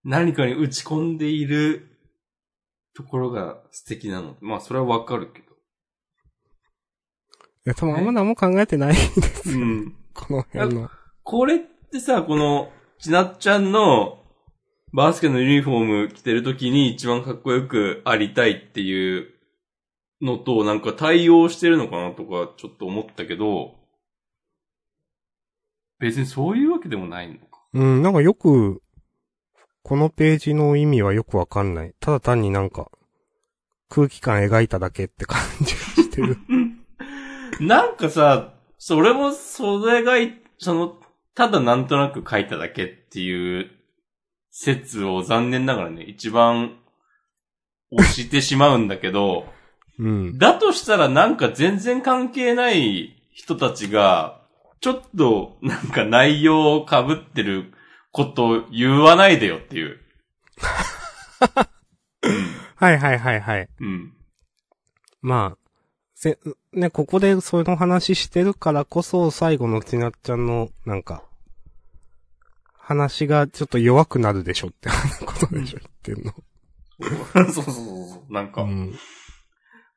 Speaker 1: 何かに打ち込んでいるところが素敵なの。まあ、それはわかるけ
Speaker 2: いや、多分あんま何も考えてない、
Speaker 1: ど。うん。
Speaker 2: この辺の。
Speaker 1: これってさ、この、ちなっちゃんの、バスケのユニフォーム着てる時に一番かっこよくありたいっていうのと、なんか対応してるのかなとか、ちょっと思ったけど、別にそういうわけでもないのか。
Speaker 2: うん、なんかよく、このページの意味はよくわかんない。ただ単になんか、空気感描いただけって感じがし てる。
Speaker 1: なんかさ、それも、それがい、その、ただなんとなく書いただけっていう説を残念ながらね、一番押してしまうんだけど、
Speaker 2: うん。
Speaker 1: だとしたらなんか全然関係ない人たちが、ちょっとなんか内容を被ってることを言わないでよっていう。
Speaker 2: はいはいはいはい。
Speaker 1: うん。
Speaker 2: まあ、せ、ね、ここでその話してるからこそ、最後のちなっちゃんの、なんか、話がちょっと弱くなるでしょってことでしょ、言ってんの。
Speaker 1: そうそうそうそう。なんか、
Speaker 2: うん。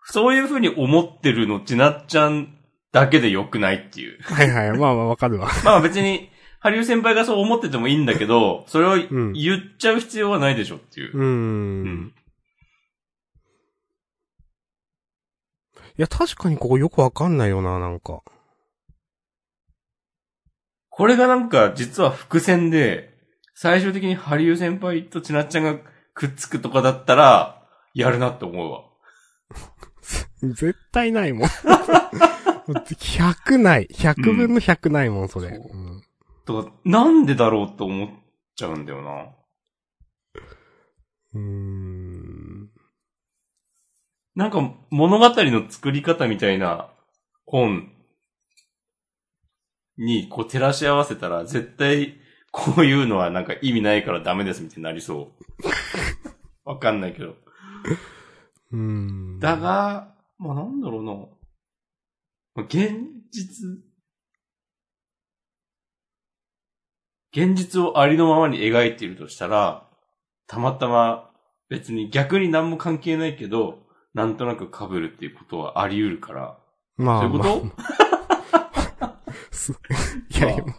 Speaker 1: そういう風に思ってるのちなっちゃんだけで良くないっていう。
Speaker 2: はいはい。まあまあわかるわ。
Speaker 1: まあ別に、ハリウ先輩がそう思っててもいいんだけど、それを
Speaker 2: ん
Speaker 1: 言っちゃう必要はないでしょっていう。
Speaker 2: う。
Speaker 1: うん
Speaker 2: いや、確かにここよくわかんないよな、なんか。
Speaker 1: これがなんか、実は伏線で、最終的にハリウ先輩とちなっちゃんがくっつくとかだったら、やるなって思うわ。
Speaker 2: 絶対ないもん。100ない。100分の100ないもん、それ。
Speaker 1: そう
Speaker 2: うん
Speaker 1: とか、なんでだろうと思っちゃうんだよな。
Speaker 2: うーん。
Speaker 1: なんか、物語の作り方みたいな本に、こう照らし合わせたら、絶対、こういうのはなんか意味ないからダメですみたいになりそう。わかんないけど。
Speaker 2: うーん。
Speaker 1: だ、が、まあなんだろうな。まあ現実。現実をありのままに描いているとしたら、たまたま別に逆に何も関係ないけど、なんとなく被るっていうことはあり得るから。
Speaker 2: まあ、
Speaker 1: そういうこと、
Speaker 2: まあす いやいや、
Speaker 1: ま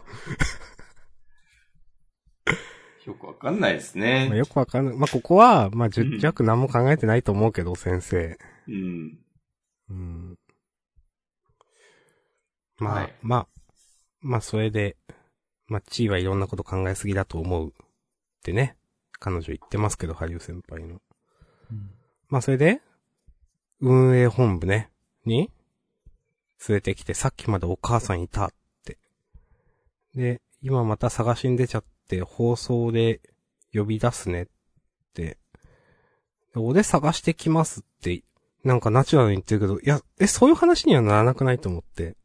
Speaker 1: よくわかんないですね。
Speaker 2: まあよくわかんない。まあ、ここは、まあ、
Speaker 1: うん
Speaker 2: 10弱何も考えてないと思うけど、先生。
Speaker 1: うん。
Speaker 2: うん。まあ、
Speaker 1: はい
Speaker 2: まあ、まあ、それで、まあ、地位はいろんなこと考えすぎだと思うってね、彼女言ってますけど、ハリウ先輩の。まあ、それで、運営本部ね、に、連れてきて、さっきまでお母さんいたって。で、今また探しに出ちゃって、放送で呼び出すねって。で俺探してきますって、なんかナチュラルに言ってるけど、いや、え、そういう話にはならなくないと思って。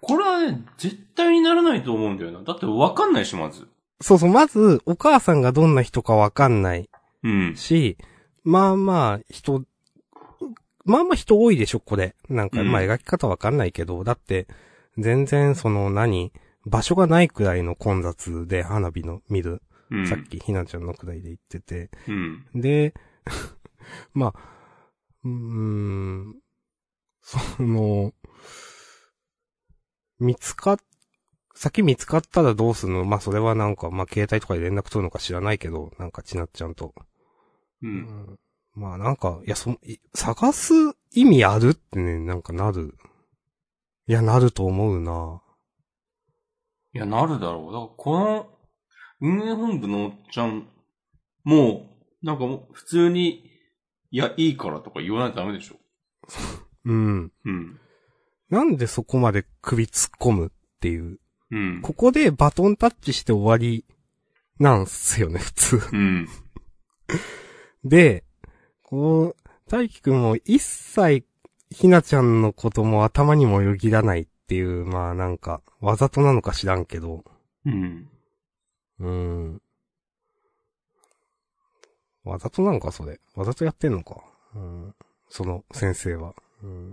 Speaker 1: これはね、絶対にならないと思うんだよな。だってわかんないし、まず。
Speaker 2: そうそう、まず、お母さんがどんな人かわかんない
Speaker 1: うん。
Speaker 2: し、まあまあ、人、まあまあ人多いでしょ、これ。なんか、
Speaker 1: うん
Speaker 2: まあ描き方わかんないけど、だって、全然その何、場所がないくらいの混雑で花火の見る。
Speaker 1: うん。
Speaker 2: さっきひなちゃんのくらいで言ってて。
Speaker 1: うん。
Speaker 2: で、 まあ、うーん、その、見つかっ、先見つかったらどうすんのまあそれはなんか、まあ携帯とかで連絡取るのか知らないけど、なんかちなっちゃんと。
Speaker 1: うん。
Speaker 2: まあなんか、いや、その、い探す意味あるってね、なんかなる。いや、なると思うな。
Speaker 1: いや、なるだろう。だから、この、運営本部のおっちゃん、もう、なんかもう、普通に、いや、いいからとか言わないとダメでしょ。
Speaker 2: うん。
Speaker 1: うん。
Speaker 2: なんでそこまで首突っ込むっていう。
Speaker 1: うん。
Speaker 2: ここでバトンタッチして終わりなんすよね、普通。
Speaker 1: うん。
Speaker 2: で、こう、大輝くんも一切、ひなちゃんのことも頭にもよぎらないっていう、まあなんか、わざとなのか知らんけど。
Speaker 1: うん。
Speaker 2: うん。わざとなのか、それ。わざとやってんのか。うん。その先生は。うん。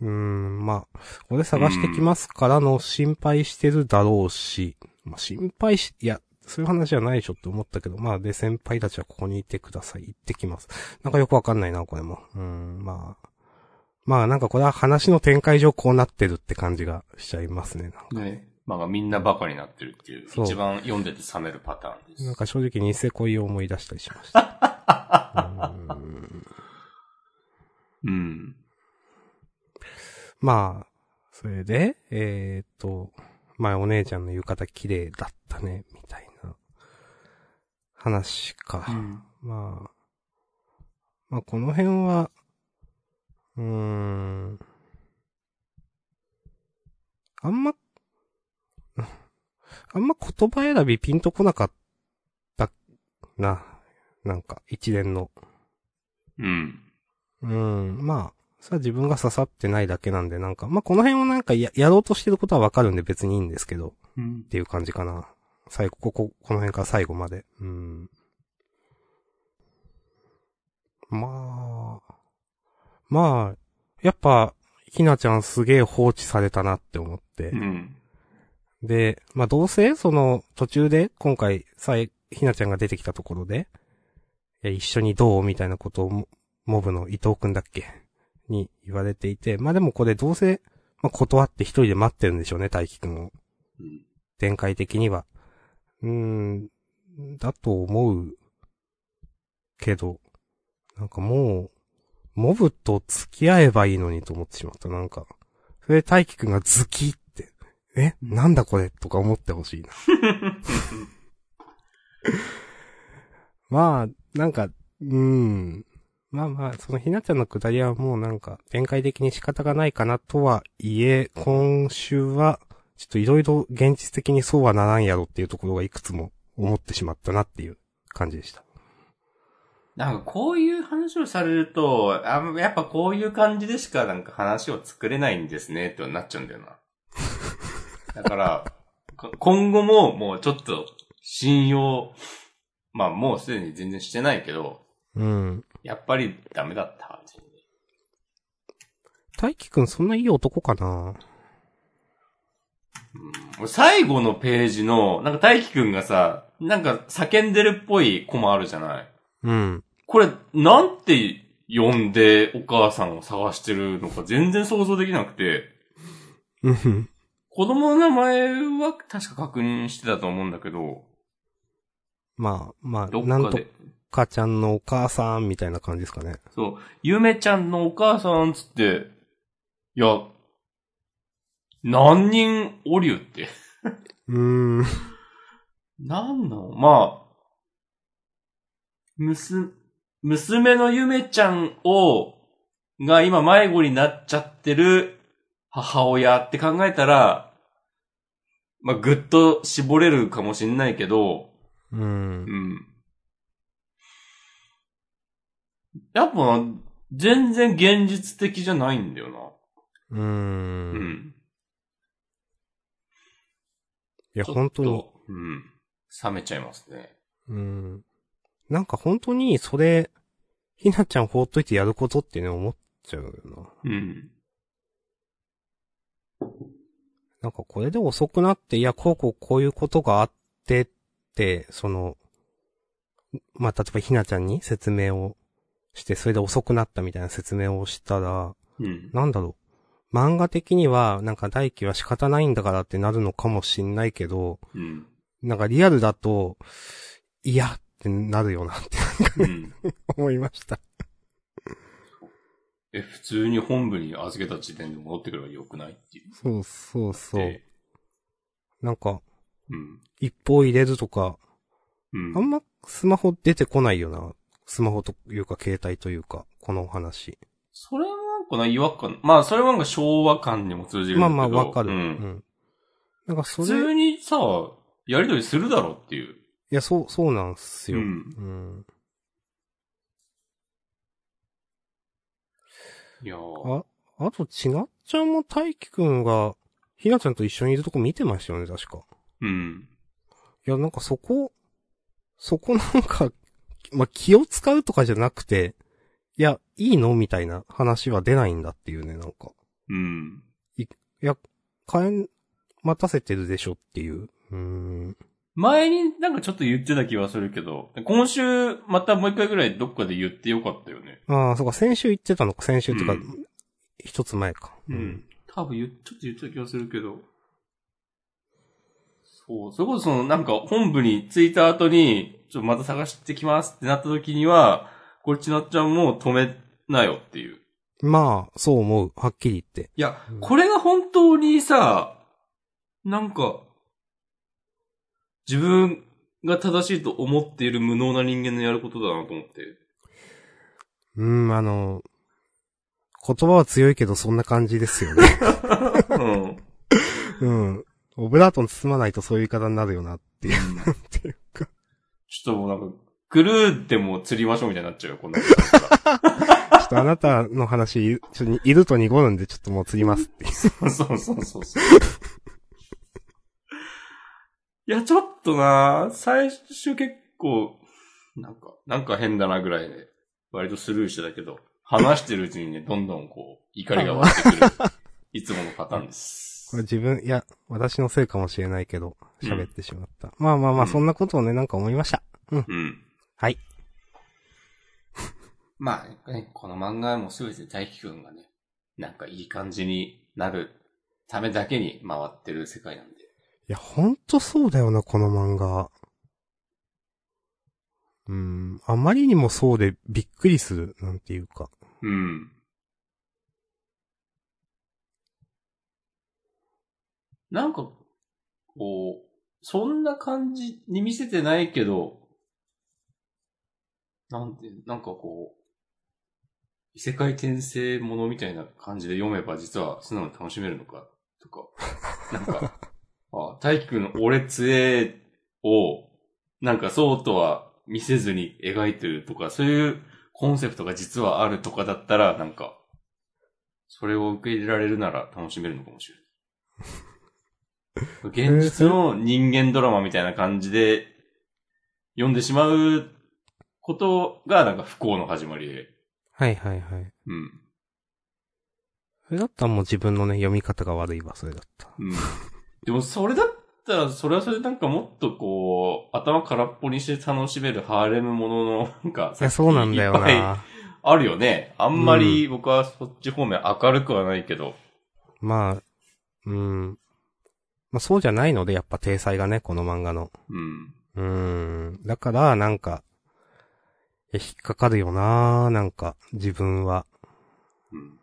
Speaker 2: うーん、まあ、俺探してきますからの心配してるだろうし、まあ心配し、いや、そういう話じゃないでしょって思ったけど、まあで、先輩たちはここにいてください。行ってきます。なんかよくわかんないな、これも。うん、まあ。まあなんかこれは話の展開上こうなってるって感じがしちゃいますね。
Speaker 1: ね。まあ、みんなバカになってるっていう、
Speaker 2: そう
Speaker 1: 一番読んでて冷めるパターンです。
Speaker 2: なんか正直ニセ恋を思い出したりしました。うーん
Speaker 1: うん。
Speaker 2: まあ、それで、えーっと、まあお姉ちゃんの浴衣綺麗だったね、みたいな話か。
Speaker 1: うん。
Speaker 2: まあ、まあこの辺は、うーん、あんま、 あんま言葉選びピンとこなかったな。なんか、一連の。
Speaker 1: うん。
Speaker 2: うん、まあ、それは自分が刺さってないだけなんで、なんか、まあこの辺をなんかややろうとしてることはわかるんで別にいいんですけど、っ
Speaker 1: うん。
Speaker 2: ていう感じかな。最後、ここ、この辺から最後まで。うん。まあ、まあ、やっぱ、ひなちゃんすげえ放置されたなって思って。
Speaker 1: うん。
Speaker 2: で、まあ、どうせ、その、途中で、今回、さえ、ひなちゃんが出てきたところで、いや、一緒にどうみたいなことをモ、モブの伊藤くんだっけに言われていて、まあ、でもこれどうせ、まあ、断って一人で待ってるんでしょうね、大輝くんを。
Speaker 1: うん
Speaker 2: 展開的には。うーん、だと思う、けど、なんかもう、モブと付き合えばいいのにと思ってしまった、なんか。それで大輝くんがズキって、え、なんだこれとか思ってほしいな。まあ、なんか、うーん。まあまあ、そのひなちゃんのくだりはもうなんか、展開的に仕方がないかなとはいえ、今週は、ちょっといろいろ現実的にそうはならんやろっていうところがいくつも思ってしまったなっていう感じでした。
Speaker 1: なんかこういう話をされると、あやっぱこういう感じでしかなんか話を作れないんですねってなっちゃうんだよな。だから、こ今後ももうちょっと信用、まあもうすでに全然してないけど、
Speaker 2: うん。
Speaker 1: やっぱりダメだった。全然
Speaker 2: 大輝くんそんないい男かな
Speaker 1: 俺最後のページの、なんか大輝くんがさ、なんか叫んでるっぽいコマあるじゃない
Speaker 2: うん。
Speaker 1: これ、なんて呼んでお母さんを探してるのか全然想像できなくて、
Speaker 2: うん。
Speaker 1: 子供の名前は確か確認してたと思うんだけど、
Speaker 2: まあ、まあ、
Speaker 1: ど
Speaker 2: なん
Speaker 1: っか
Speaker 2: と
Speaker 1: で。
Speaker 2: かちゃんのお母さんみたいな感じですかね。
Speaker 1: そう、ゆめちゃんのお母さんつって、いや、何人おりゅうって。
Speaker 2: うーん。
Speaker 1: なんのまあ、むす、娘のゆめちゃんを、が今迷子になっちゃってる母親って考えたら、まあ、ぐっと絞れるかもしんないけど、
Speaker 2: うん
Speaker 1: う。ん。やっぱ、全然現実的じゃないんだよ
Speaker 2: うー。
Speaker 1: な。うんん。
Speaker 2: いや、
Speaker 1: ちょっと
Speaker 2: 本当に。。
Speaker 1: うん。冷めちゃいますね。
Speaker 2: うん。なんか本当に、それ、ひなちゃん放っといてやることってね、思っちゃうよな。
Speaker 1: うん。
Speaker 2: なんかこれで遅くなって、いや、こうこうこういうことがあってって、その、まあ、例えばひなちゃんに説明をして、それで遅くなったみたいな説明をしたら、
Speaker 1: うん。
Speaker 2: なんだろう。漫画的には、なんか大輝は仕方ないんだからってなるのかもしんないけど、
Speaker 1: うん。
Speaker 2: なんかリアルだと、いやってなるよなって
Speaker 1: うん。
Speaker 2: 思いました。
Speaker 1: え、普通に本部に預けた時点で戻ってくればよくないっていう。
Speaker 2: そうそうそう
Speaker 1: で。
Speaker 2: なんか、
Speaker 1: うん。
Speaker 2: 一方入れるとか、
Speaker 1: うん。
Speaker 2: あんまスマホ出てこないよな。スマホというか携帯というか、このお話。
Speaker 1: それはなんかな、違和感。まあ、それはなんか昭和感にも通じるん
Speaker 2: ま
Speaker 1: だ
Speaker 2: あ
Speaker 1: けど。
Speaker 2: まあわかる。
Speaker 1: う。
Speaker 2: うんん。なんかそ
Speaker 1: 普
Speaker 2: れ、い
Speaker 1: 通にさ、やりとりするだろうっていう。
Speaker 2: や、そう、そうなんす
Speaker 1: う
Speaker 2: よ。
Speaker 1: ん。
Speaker 2: うん。
Speaker 1: いやー
Speaker 2: あ、あと、ちなっちゃんも大輝くんが、ひなちゃんと一緒にいるとこ見てましたよね、確か。
Speaker 1: うん。
Speaker 2: いや、なんかそこ、そこなんか、 まあ、気を使うとかじゃなくて、いや、いいのみたいな話は出ないんだっていうね、なんか。
Speaker 1: うん。
Speaker 2: いや、帰ん、待たせてるでしょっていう。うーん。
Speaker 1: 前になんかちょっと言ってた気はするけど、今週またもう一回ぐらいどっかで言ってよかったよね。
Speaker 2: ああ、そうか、先週言ってたのか、先週っていう
Speaker 1: う
Speaker 2: か
Speaker 1: ん、
Speaker 2: 一、つ前か。
Speaker 1: うん。。多分言っ、ちょっと言ってた気がするけど。そう。それこそその、なんか本部に着いた後に、ちょっとまた探してきますってなった時には、これちなっちゃんもう止めなよっていう。
Speaker 2: まあ、そう思う。はっきり言って。
Speaker 1: いや
Speaker 2: う、ん
Speaker 1: これが本当にさ、なんか、自分が正しいと思っている無能な人間のやることだなと思って。
Speaker 2: うん、あの、言葉は強いけど、そんな感じです よね。
Speaker 1: うん。
Speaker 2: うん。オブラートに包まないとそういう言い方になるよなっていう、なんていうか。
Speaker 1: ちょっともうなんか、グルーでも釣りましょうみたいになっちゃうよ、こんな ことだったら
Speaker 2: ちょっとあなたの話、ちょっといると濁るんで、ちょっともう釣りますっていう。
Speaker 1: そうそうそうそう。いや、ちょっとな最初結構、なんか、なんか変だなぐらいで、割とスルーしてたけど、話してるうちにね、どんどんこう、怒りが湧いてくる、いつものパターンで
Speaker 2: こ
Speaker 1: す
Speaker 2: れ。自分、いや、私のせいかもしれないけど、喋ってしまった。まあまあま
Speaker 1: う
Speaker 2: あ、
Speaker 1: ん
Speaker 2: そんなことをね、なんか思いました。
Speaker 1: うん。
Speaker 2: はい。
Speaker 1: まあ、ね、この漫画はもうすべて大輝くんがね、なんかいい感じになるためだけに回ってる世界なんで。
Speaker 2: いや、ほんとそうだよな、この漫画。うん、あまりにもそうでびっくりする、なんていうか。
Speaker 1: うん。なんか、こう、そんな感じに見せてないけど、なんて、なんかこう、異世界転生ものみたいな感じで読めば実は素直に楽しめるのか、とか、なんか、 あ、大輝くんの俺つえを、なんかそうとは見せずに描いてるとか、そういうコンセプトが実はあるとかだったら、なんか、それを受け入れられるなら楽しめるのかもしれない。現実の人間ドラマみたいな感じで読んでしまうことがなんか不幸の始まりで。
Speaker 2: はいはいはい。
Speaker 1: うん。
Speaker 2: それだったらもう自分のね、読み方が悪いわ、それだった。
Speaker 1: うん。でもそれだったら、それはそれでなんかもっとこう、頭空っぽにして楽しめるハーレムものの、なんか、
Speaker 2: いや、そうなんだよ
Speaker 1: いっぱい
Speaker 2: な。
Speaker 1: あるよね。あんまり僕はそっち方面明るくはないけど。
Speaker 2: まあ、うん。まあそうじゃないので、やっぱ体裁がね、この漫画の。
Speaker 1: うん。
Speaker 2: うーん。だから、なんか、いや引っかかるよななんか、自分は。
Speaker 1: うん。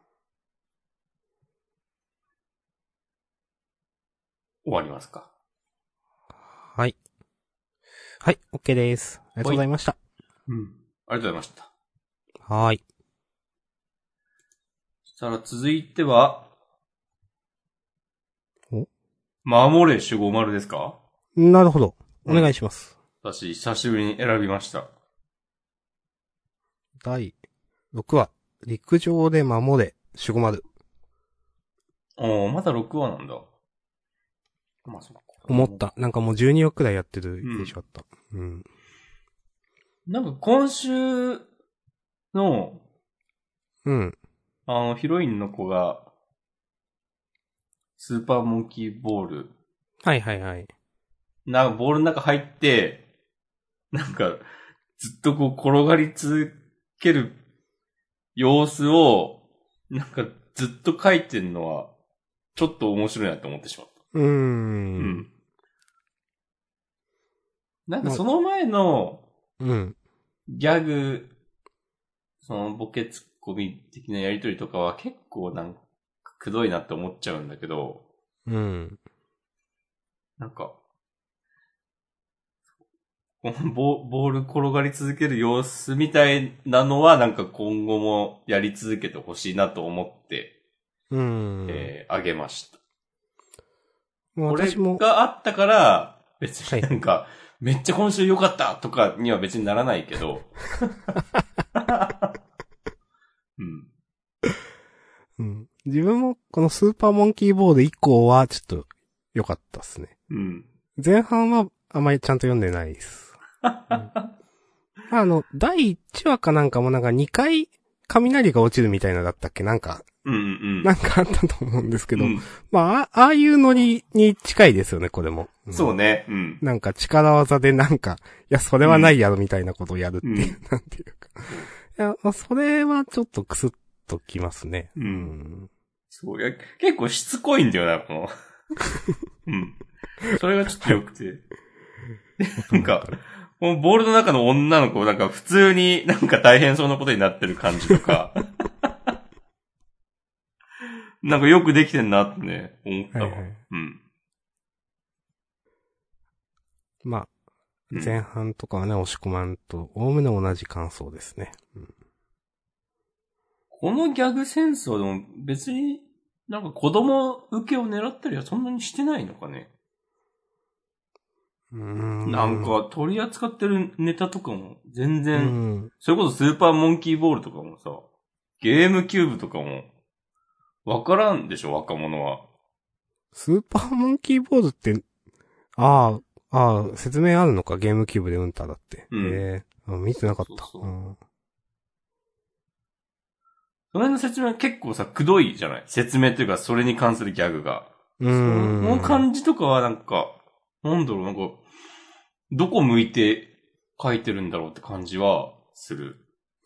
Speaker 1: 終わりますか。
Speaker 2: はい。はい、OK です。ありがとうございました。
Speaker 1: うん。ありがとうございました。
Speaker 2: はーい。
Speaker 1: そしたら続いては、
Speaker 2: お守
Speaker 1: 守れ550ですか
Speaker 2: なるほど。お願いします。
Speaker 1: 私、久しぶりに選びました。
Speaker 2: 第6話、陸上で守れ、守護丸。
Speaker 1: おー、まだ6話なんだ。まあ、そっか
Speaker 2: 思っ。た。なんかもう12話くらいやってる印象あった。うん。
Speaker 1: なんか今週の、
Speaker 2: うん。
Speaker 1: あの、ヒロインの子が、スーパーモンキーボール、
Speaker 2: はいはいはい。
Speaker 1: な、ボールの中入って、なんか、ずっとこう転がり続ける様子を、なんかずっと書いてるのは、ちょっと面白いなって思ってしまった。
Speaker 2: うーん。
Speaker 1: ん。なんかその前の
Speaker 2: うん。
Speaker 1: ギャグ、そのボケツッコミ的なやりとりとかは結構なんかくどいなって思っちゃうんだけど、
Speaker 2: うん。
Speaker 1: なんか、このボボール転がり続ける様子みたいなのは、なんか今後もやり続けてほしいなと思って、
Speaker 2: うん。
Speaker 1: えーあげました。
Speaker 2: もう
Speaker 1: これ
Speaker 2: 私も、
Speaker 1: があったから、別
Speaker 2: はい
Speaker 1: になんか、めっちゃ今週良かったとかには別にならないけど。 うん。
Speaker 2: うん、自分もこのスーパーモンキーボール以降はちょっと良かったっすね。
Speaker 1: うん。
Speaker 2: 前半はあんまりちゃんと読んでない です。うんあの、第1話かなんかもなんか2回雷が落ちるみたいなだったっけなんか、
Speaker 1: うんうんうん。
Speaker 2: なんかあったと思うんですけど。
Speaker 1: うん
Speaker 2: まあ、あああいうノリに近いですよね、これも。うん
Speaker 1: そうね。うん。
Speaker 2: なんか力技でなんか、いや、それはないやろみたいなことをやるっていう、なんていうか。いや、まあ、それはちょっとクスッときますね。
Speaker 1: うん
Speaker 2: ん。
Speaker 1: そういや、結構しつこいんだよな、こ の。うん。それがちょっと良くて。なんか、このボールの中の女の子、なんか普通になんか大変そうなことになってる感じと か。なんかよくできてんなってね、思ったわ。
Speaker 2: はいはい
Speaker 1: うん。
Speaker 2: まあ、
Speaker 1: うん
Speaker 2: 前半とかはね、押し込まんと、おおむね同じ感想ですね。
Speaker 1: このギャグセンスはでも別になんか子供受けを狙ったりはそんなにしてないのかね。
Speaker 2: うーん。
Speaker 1: なん、か取り扱ってるネタとかも全
Speaker 2: う
Speaker 1: 然、
Speaker 2: ん。
Speaker 1: それこそスーパーモンキーボールとかもさ、ゲームキューブとかも、わからんでしょ、若者は。
Speaker 2: スーパーモンキーボールって、ああ、ああ、説明あるのか、ゲームキューブでうんただって。
Speaker 1: うん
Speaker 2: ええあ見てなかった。
Speaker 1: そうそう
Speaker 2: う
Speaker 1: そうんその辺の説明は結構さ、くどいじゃない説明というか、それに関するギャグが。
Speaker 2: う
Speaker 1: そ
Speaker 2: ん。
Speaker 1: の感じとかはなんか、なんだろう、なんか、どこ向いて書いてるんだろうって感じはする。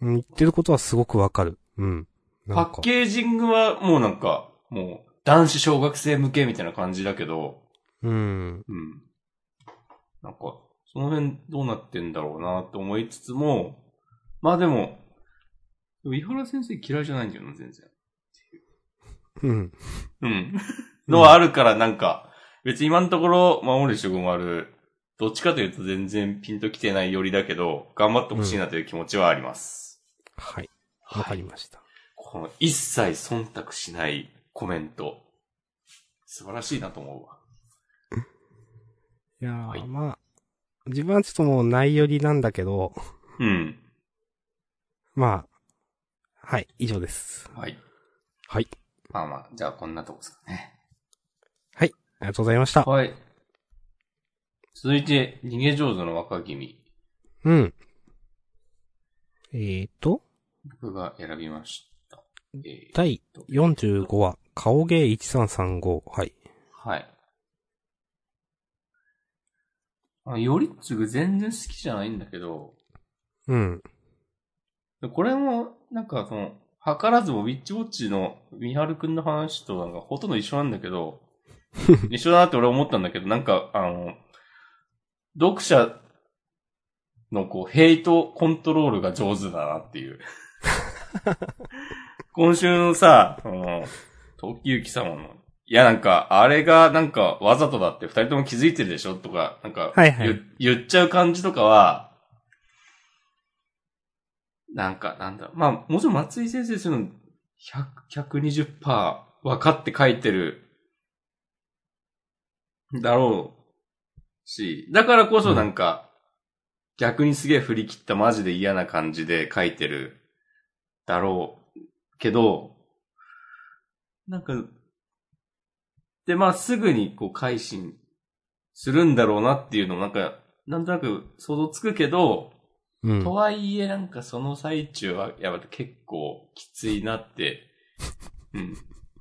Speaker 2: うん言ってることはすごくわかる。うん。なん
Speaker 1: パ
Speaker 2: か
Speaker 1: ッケージングはもうなんか、もう、男子小学生向けみたいな感じだけど、
Speaker 2: うん。
Speaker 1: うん。なんか、その辺どうなってんだろうなと思いつつも、まあでも、でも井原先生嫌いじゃないんだよな、全然。
Speaker 2: うん。
Speaker 1: うん。のはあるから、なんか、別に今のところ、守る守護丸、どっちかというと全然ピンときてないよりだけど、頑張ってほしいなという気持ちはあります。
Speaker 2: はい。わかりました。
Speaker 1: この一切忖度しないコメント、素晴らしいなと思うわ。
Speaker 2: い、やー、
Speaker 1: はい
Speaker 2: まあ、自分はちょっともうないよりなんだけど、
Speaker 1: うん。
Speaker 2: まあ、はい、以上です。
Speaker 1: はい。
Speaker 2: はい。
Speaker 1: まあまあ、じゃあこんなとこですかね。
Speaker 2: ありがとうございました。
Speaker 1: はい。続いて、逃げ上手の若君。
Speaker 2: うん。えーと、
Speaker 1: 僕が選びました。えー
Speaker 2: 第45話、顔芸1335。はい。
Speaker 1: はい。あ、よりつぐ全然好きじゃないんだけど、
Speaker 2: うん。
Speaker 1: これも、なんかその、図らずもウィッチウォッチのミハルくんの話となんかほとんど一緒なんだけど、一緒だなって俺思ったんだけど、なんか、あの、読者のこう、ヘイトコントロールが上手だなっていう。今週のさ、その、時ゆき様のいや、なんか、あれが、なんか、わざとだって、二人とも気づいてるでしょとか、なんか、
Speaker 2: はいはい
Speaker 1: 言言っちゃう感じとかは、なんか、なんだ、まあ、もちろん松井先生、その、100、120%分かって書いてる、 だろうし、だからこそなんか、逆にすげえ振り切ったマジで嫌な感じで書いてる、だろうけど、なんか、で、まあ、すぐにこう、改心するんだろうなっていうのも、なんか、なんとなく想像つくけど、
Speaker 2: うん。
Speaker 1: とはいえ、なんかその最中は、やっぱ結構きついなって。うん。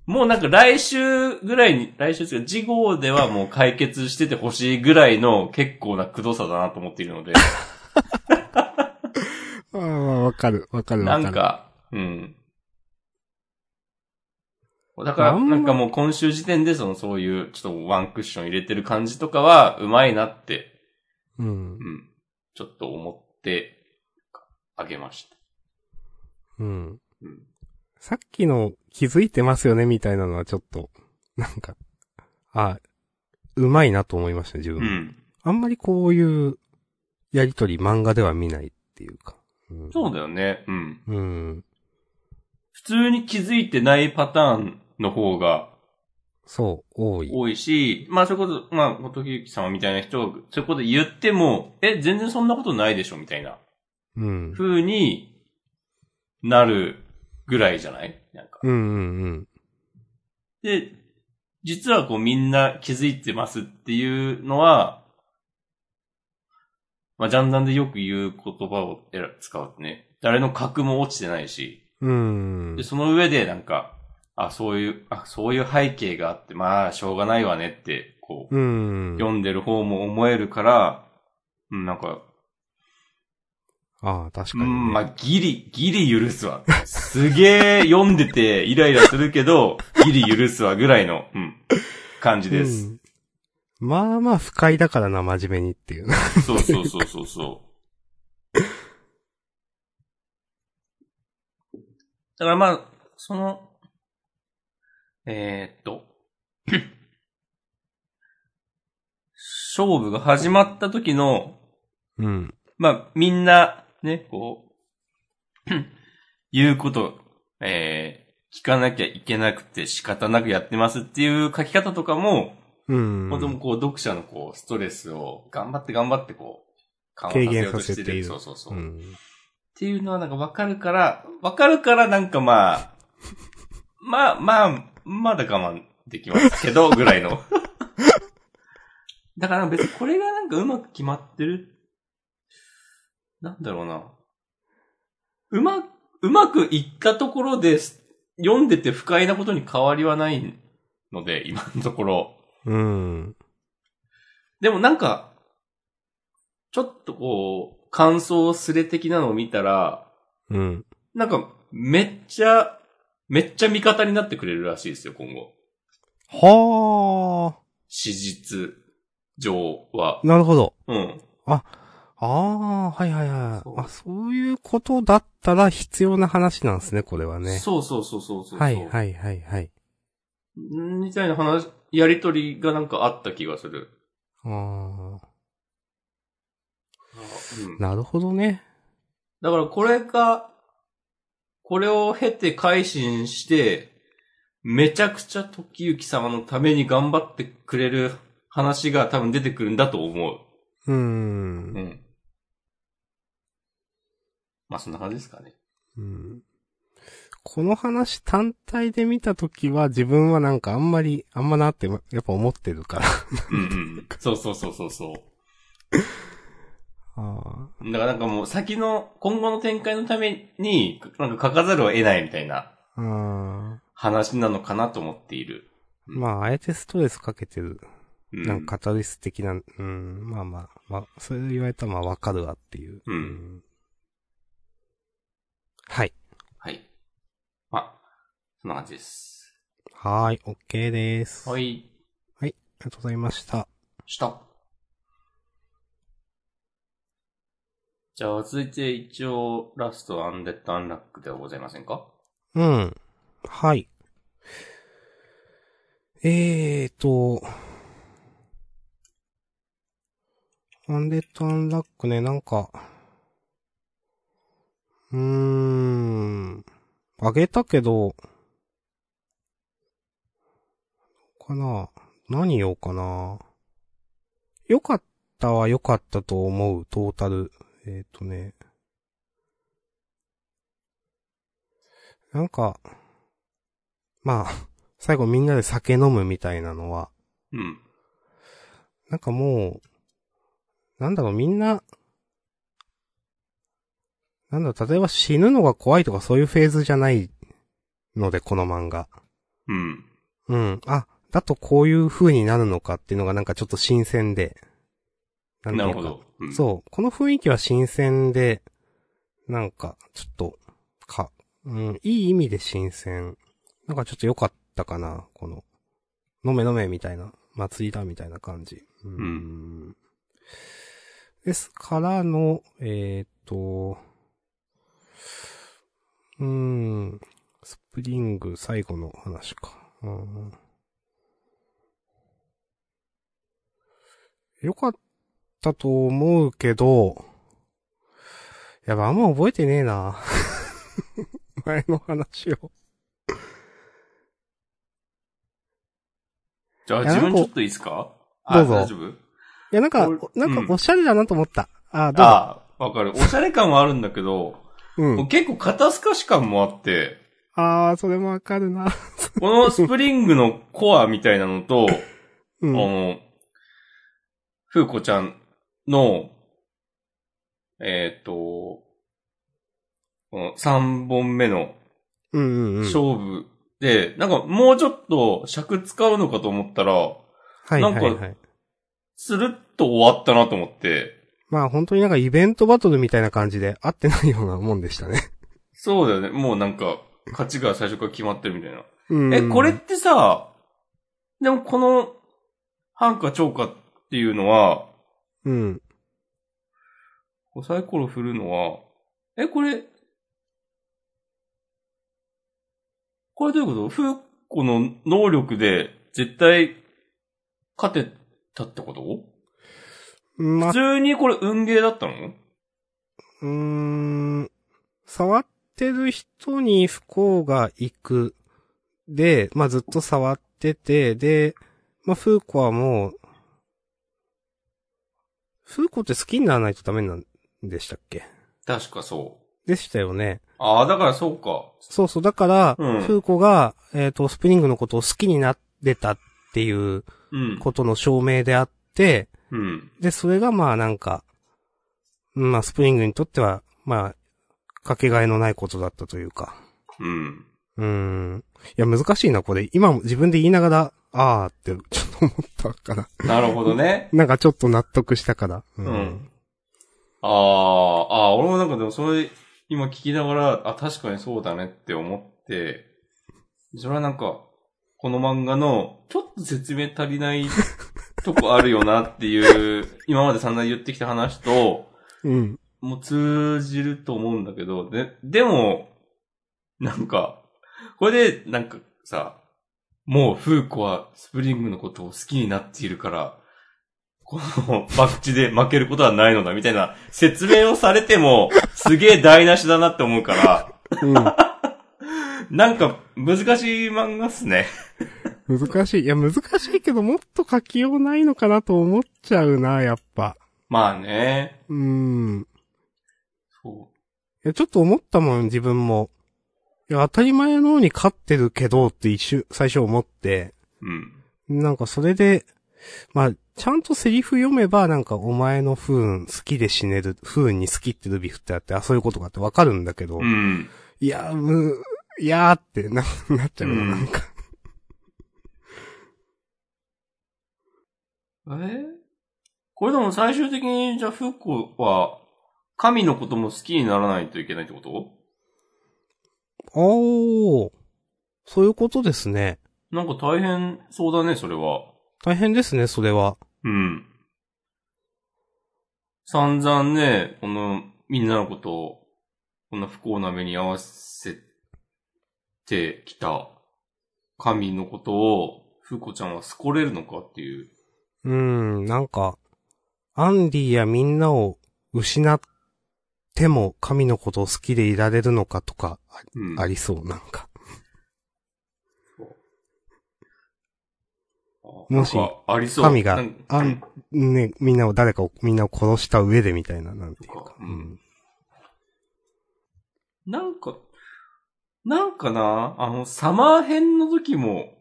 Speaker 1: もうなんか来週ぐらいに、来週ですか、次号ではもう解決しててほしいぐらいの結構なくどさだなと思っているので、
Speaker 2: ああ、わかる、わかる、わ
Speaker 1: な
Speaker 2: かる。
Speaker 1: んか、うん。だか
Speaker 2: あ
Speaker 1: ら、
Speaker 2: んま
Speaker 1: なんかもう今週時点でそのそういうちょっとワンクッション入れてる感じとかは、うまいなって
Speaker 2: うん
Speaker 1: う。ん。ちょっと思って、あげました。
Speaker 2: うん
Speaker 1: うん。
Speaker 2: さっきの気づいてますよねみたいなのはちょっと、なんか、あ、うまいなと思いました、自分
Speaker 1: う
Speaker 2: も。
Speaker 1: ん。
Speaker 2: あんまりこういうやりとり漫画では見ないっていうか。うん、
Speaker 1: そうだよね。うん。
Speaker 2: うん。
Speaker 1: 普通に気づいてないパターンの方が
Speaker 2: そう、多い。
Speaker 1: 多いし、まあそういうこと、まあ、元木様みたいな人を、そういうこと言っても、え、全然そんなことないでしょみたいな
Speaker 2: うん。
Speaker 1: 風になるぐらいじゃないなんか。
Speaker 2: うんうんうん。
Speaker 1: で、実はこうみんな気づいてますっていうのは、まあ、ジャンダンでよく言う言葉を選使うとね、誰の格も落ちてないし、
Speaker 2: うん
Speaker 1: で、。その上でなんか、あ、そういう、あ、そういう背景があって、まあ、しょうがないわねって、こう、
Speaker 2: うん。
Speaker 1: 読んでる方も思えるから、うん、なんか、
Speaker 2: ああ、
Speaker 1: う
Speaker 2: 確かに、ね。
Speaker 1: ん、まあ、ギリ、ギリ許すわ。すげえ読んでてイライラするけど、ギリ許すわぐらいの、うん、感じで
Speaker 2: う
Speaker 1: す。
Speaker 2: んまあまあ不快だからな、真面目にっていう。
Speaker 1: そうそうそうそうそう。だからまあ、その、えー、っと、勝負が始まった時の、
Speaker 2: うん。
Speaker 1: まあ、みんな、ね、こう、言うこと、えー、聞かなきゃいけなくて仕方なくやってますっていう書き方とかも、
Speaker 2: うん。
Speaker 1: 本当もこう、読者のこう、ストレスを頑張って頑張ってこう、緩和させようとして
Speaker 2: 軽減させてい
Speaker 1: る。
Speaker 2: る
Speaker 1: そうそうそう。
Speaker 2: う
Speaker 1: っ
Speaker 2: ん。
Speaker 1: ていうのはなんかわかるから、わかるからなんかまあ、 まあまあ、まだ我慢できますけど、ぐらいの。 だから別にこれがなんかうまく決まってる。なんだろうな。うま、うまくいったところです。読んでて不快なことに変わりはないので、今のところ。
Speaker 2: うん。
Speaker 1: でもなんか、ちょっとこう、感想すれ的なのを見たら、
Speaker 2: うん。
Speaker 1: なんか、めっちゃ、めっちゃ味方になってくれるらしいですよ、今後。
Speaker 2: は
Speaker 1: 史実上は
Speaker 2: あ。。なるほど。
Speaker 1: うん。
Speaker 2: ああー、はいはいはい。
Speaker 1: そう
Speaker 2: あ、そういうことだったら必要な話なんですね、これはね。
Speaker 1: そうそうそうそうそう。
Speaker 2: はいはいはいはい。
Speaker 1: みたいな話、やりとりがなんかあった気がする。
Speaker 2: ああ、
Speaker 1: うん、
Speaker 2: なるほどね。
Speaker 1: だからこれが、これを経て改心して、めちゃくちゃ時行様のために頑張ってくれる話が多分出てくるんだと思う。
Speaker 2: うーん。
Speaker 1: ん。まあそんな感じですかね。
Speaker 2: うんこの話単体で見たときは自分はなんかあんまり、あんまなってやっぱ思ってるから。
Speaker 1: うんうん。 そうそうそうそうそう。
Speaker 2: あ
Speaker 1: だからなんかもう先の、今後の展開のために、なんか書かざるを得ないみたいな
Speaker 2: あ。ああ。
Speaker 1: 話なのかなと思っている。
Speaker 2: まあ、あえてストレスかけてる。
Speaker 1: う
Speaker 2: なんか、カタリス的な、うん、まあまあ、まあ、それ言われたらまあわかるわっていう。
Speaker 1: うん
Speaker 2: はい。
Speaker 1: はい。まあ、そんな感じです。
Speaker 2: はーい、OK です。
Speaker 1: は
Speaker 2: あ
Speaker 1: い。
Speaker 2: りがとうございました。
Speaker 1: した。じゃあ、続いて一応、ラストアンデッドアンラックではございませんか
Speaker 2: うん。はい。ええーと、アンデッドアンラックね、なんか、うーん、あげたけど、かな何言おうかな良かったは良かったと思う、トータル。えっ、ー、とね。なんか、まあ、最後みんなで酒飲むみたいなのは、
Speaker 1: うん。
Speaker 2: なんかもう、なんだろう、みんな、なんだろう、例えば死ぬのが怖いとかそういうフェーズじゃないので、この漫画。
Speaker 1: うん。
Speaker 2: うん。あ、だとこういう風になるのかっていうのがなんかちょっと新鮮で。んてい
Speaker 1: な
Speaker 2: う
Speaker 1: る
Speaker 2: か
Speaker 1: ほど。うん、
Speaker 2: そう。この雰囲気は新鮮で、なんか、ちょっと、か、うん、いい意味で新鮮。なんかちょっと良かったかな、この、飲め飲めみたいな、祭りだみたいな感じ。うーん。
Speaker 1: う
Speaker 2: ですからの、えーっと、うーん、スプリング最後の話か。うん。よかったと思うけど、やば、あんま覚えてねえな。 前の話を。
Speaker 1: じゃあ
Speaker 2: いや
Speaker 1: 自分ち
Speaker 2: なん
Speaker 1: ょ
Speaker 2: か
Speaker 1: っといいですか
Speaker 2: どうぞ
Speaker 1: あ大丈夫
Speaker 2: いや、なん
Speaker 1: お
Speaker 2: か、なん
Speaker 1: うん
Speaker 2: かおしゃれだなと思った。ああ、どうぞ。
Speaker 1: ああ、わかる。おしゃれ感もあるんだけど、
Speaker 2: う
Speaker 1: も
Speaker 2: ん
Speaker 1: う。結構肩透かし感もあって、
Speaker 2: ああ、それもわかるな。
Speaker 1: このスプリングのコアみたいなのと、
Speaker 2: う
Speaker 1: あ
Speaker 2: ん。
Speaker 1: の、ふうこちゃんの、えっ、と、この3本目の
Speaker 2: うんうんうん。
Speaker 1: 勝負で、なんかもうちょっと尺使うのかと思ったら、
Speaker 2: はいはい
Speaker 1: なん
Speaker 2: は
Speaker 1: か
Speaker 2: い。
Speaker 1: スルッと終わったなと思って、
Speaker 2: まあ本当になんかイベントバトルみたいな感じで合ってないようなもんでしたね。
Speaker 1: そうだよね。もうなんか、勝ちが最初から決まってるみたいな。
Speaker 2: うん。
Speaker 1: え、これってさ、でもこの、ハンカチョーカっていうのは、
Speaker 2: うん。
Speaker 1: こうサイコロ振るのは、え、これ、これどういうことフーコの能力で絶対勝てたってこと
Speaker 2: まあ
Speaker 1: 普、通にこれ運ゲーだったの
Speaker 2: うーん。触ってる人に不幸が行く。で、まあずっと触ってて、で、まあ風子はもう、風子って好きにならないとダメなんでしたっけ
Speaker 1: 確かそう。
Speaker 2: でしたよね。
Speaker 1: ああ、だからそうか。
Speaker 2: そうそう。だから、
Speaker 1: うん
Speaker 2: 風子が、えっ、と、スプリングのことを好きになってたっていう
Speaker 1: うん。
Speaker 2: ことの証明であって、
Speaker 1: うん。
Speaker 2: で、それがまあなんか、うんまあスプリングにとっては、まあ、かけがえのないことだったというか。
Speaker 1: うん。
Speaker 2: うーん。いや、難しいな、これ。今も自分で言いながら、あーって、ちょっと思ったから。
Speaker 1: なるほどね。
Speaker 2: なんかちょっと納得したから。
Speaker 1: う
Speaker 2: う
Speaker 1: ん。ああ、ああ、俺もなんかでもそれ、今聞きながら、あ、確かにそうだねって思って、それはなんか、この漫画の、ちょっと説明足りないとこあるよなっていう、 今まで散々言ってきた話と、
Speaker 2: うん。
Speaker 1: もう通じると思うんだけど、で、でも、なんか、これで、なんかさ、もう、フーコはスプリングのことを好きになっているから、この、バクチで負けることはないのだ、みたいな説明をされても、すげえ台無しだなって思うから、
Speaker 2: う
Speaker 1: なんか、難しい漫画っすね。
Speaker 2: ん。難しい。いや、難しいけど、もっと書きようないのかなと思っちゃうな、やっぱ。
Speaker 1: まあね。
Speaker 2: うーん。
Speaker 1: そ
Speaker 2: いや、ちょっと思ったもん、自分も。いや、当たり前のように勝ってるけどって一瞬、最初思って、
Speaker 1: う。うん。
Speaker 2: なんかそれで、まあ、ちゃんとセリフ読めば、なんかお前の不運、好きで死ねる、不運に好きってルビ振ってあって、あ、そういうことかってわかるんだけど、
Speaker 1: うん。
Speaker 2: いや、む、いやーってな、なっちゃうな、
Speaker 1: うん
Speaker 2: なんか。
Speaker 1: えーこれでも最終的に、じゃあ、フーコは、神のことも好きにならないといけないってこと
Speaker 2: おー、そういうことですね。
Speaker 1: なんか大変そうだね、それは。
Speaker 2: 大変ですね、それは。
Speaker 1: うん。散々ね、この、みんなのことを、こんな不幸な目に合わせてきた神のことを、ふうこちゃんはすこれるのかっていう。
Speaker 2: うーん、なんか、アンディやみんなを失っても神のことを好きでいられるのかとかあ
Speaker 1: うん。
Speaker 2: ありそう、なんか。
Speaker 1: も
Speaker 2: も
Speaker 1: し
Speaker 2: し、
Speaker 1: ありそう。
Speaker 2: 神が
Speaker 1: なんか
Speaker 2: あんね、みんなを、誰かを、みんなを殺した上でみたいな、なんていう
Speaker 1: そっ
Speaker 2: か
Speaker 1: か。
Speaker 2: う
Speaker 1: うん
Speaker 2: ん。
Speaker 1: なんか、なんかな、あの、サマー編の時も、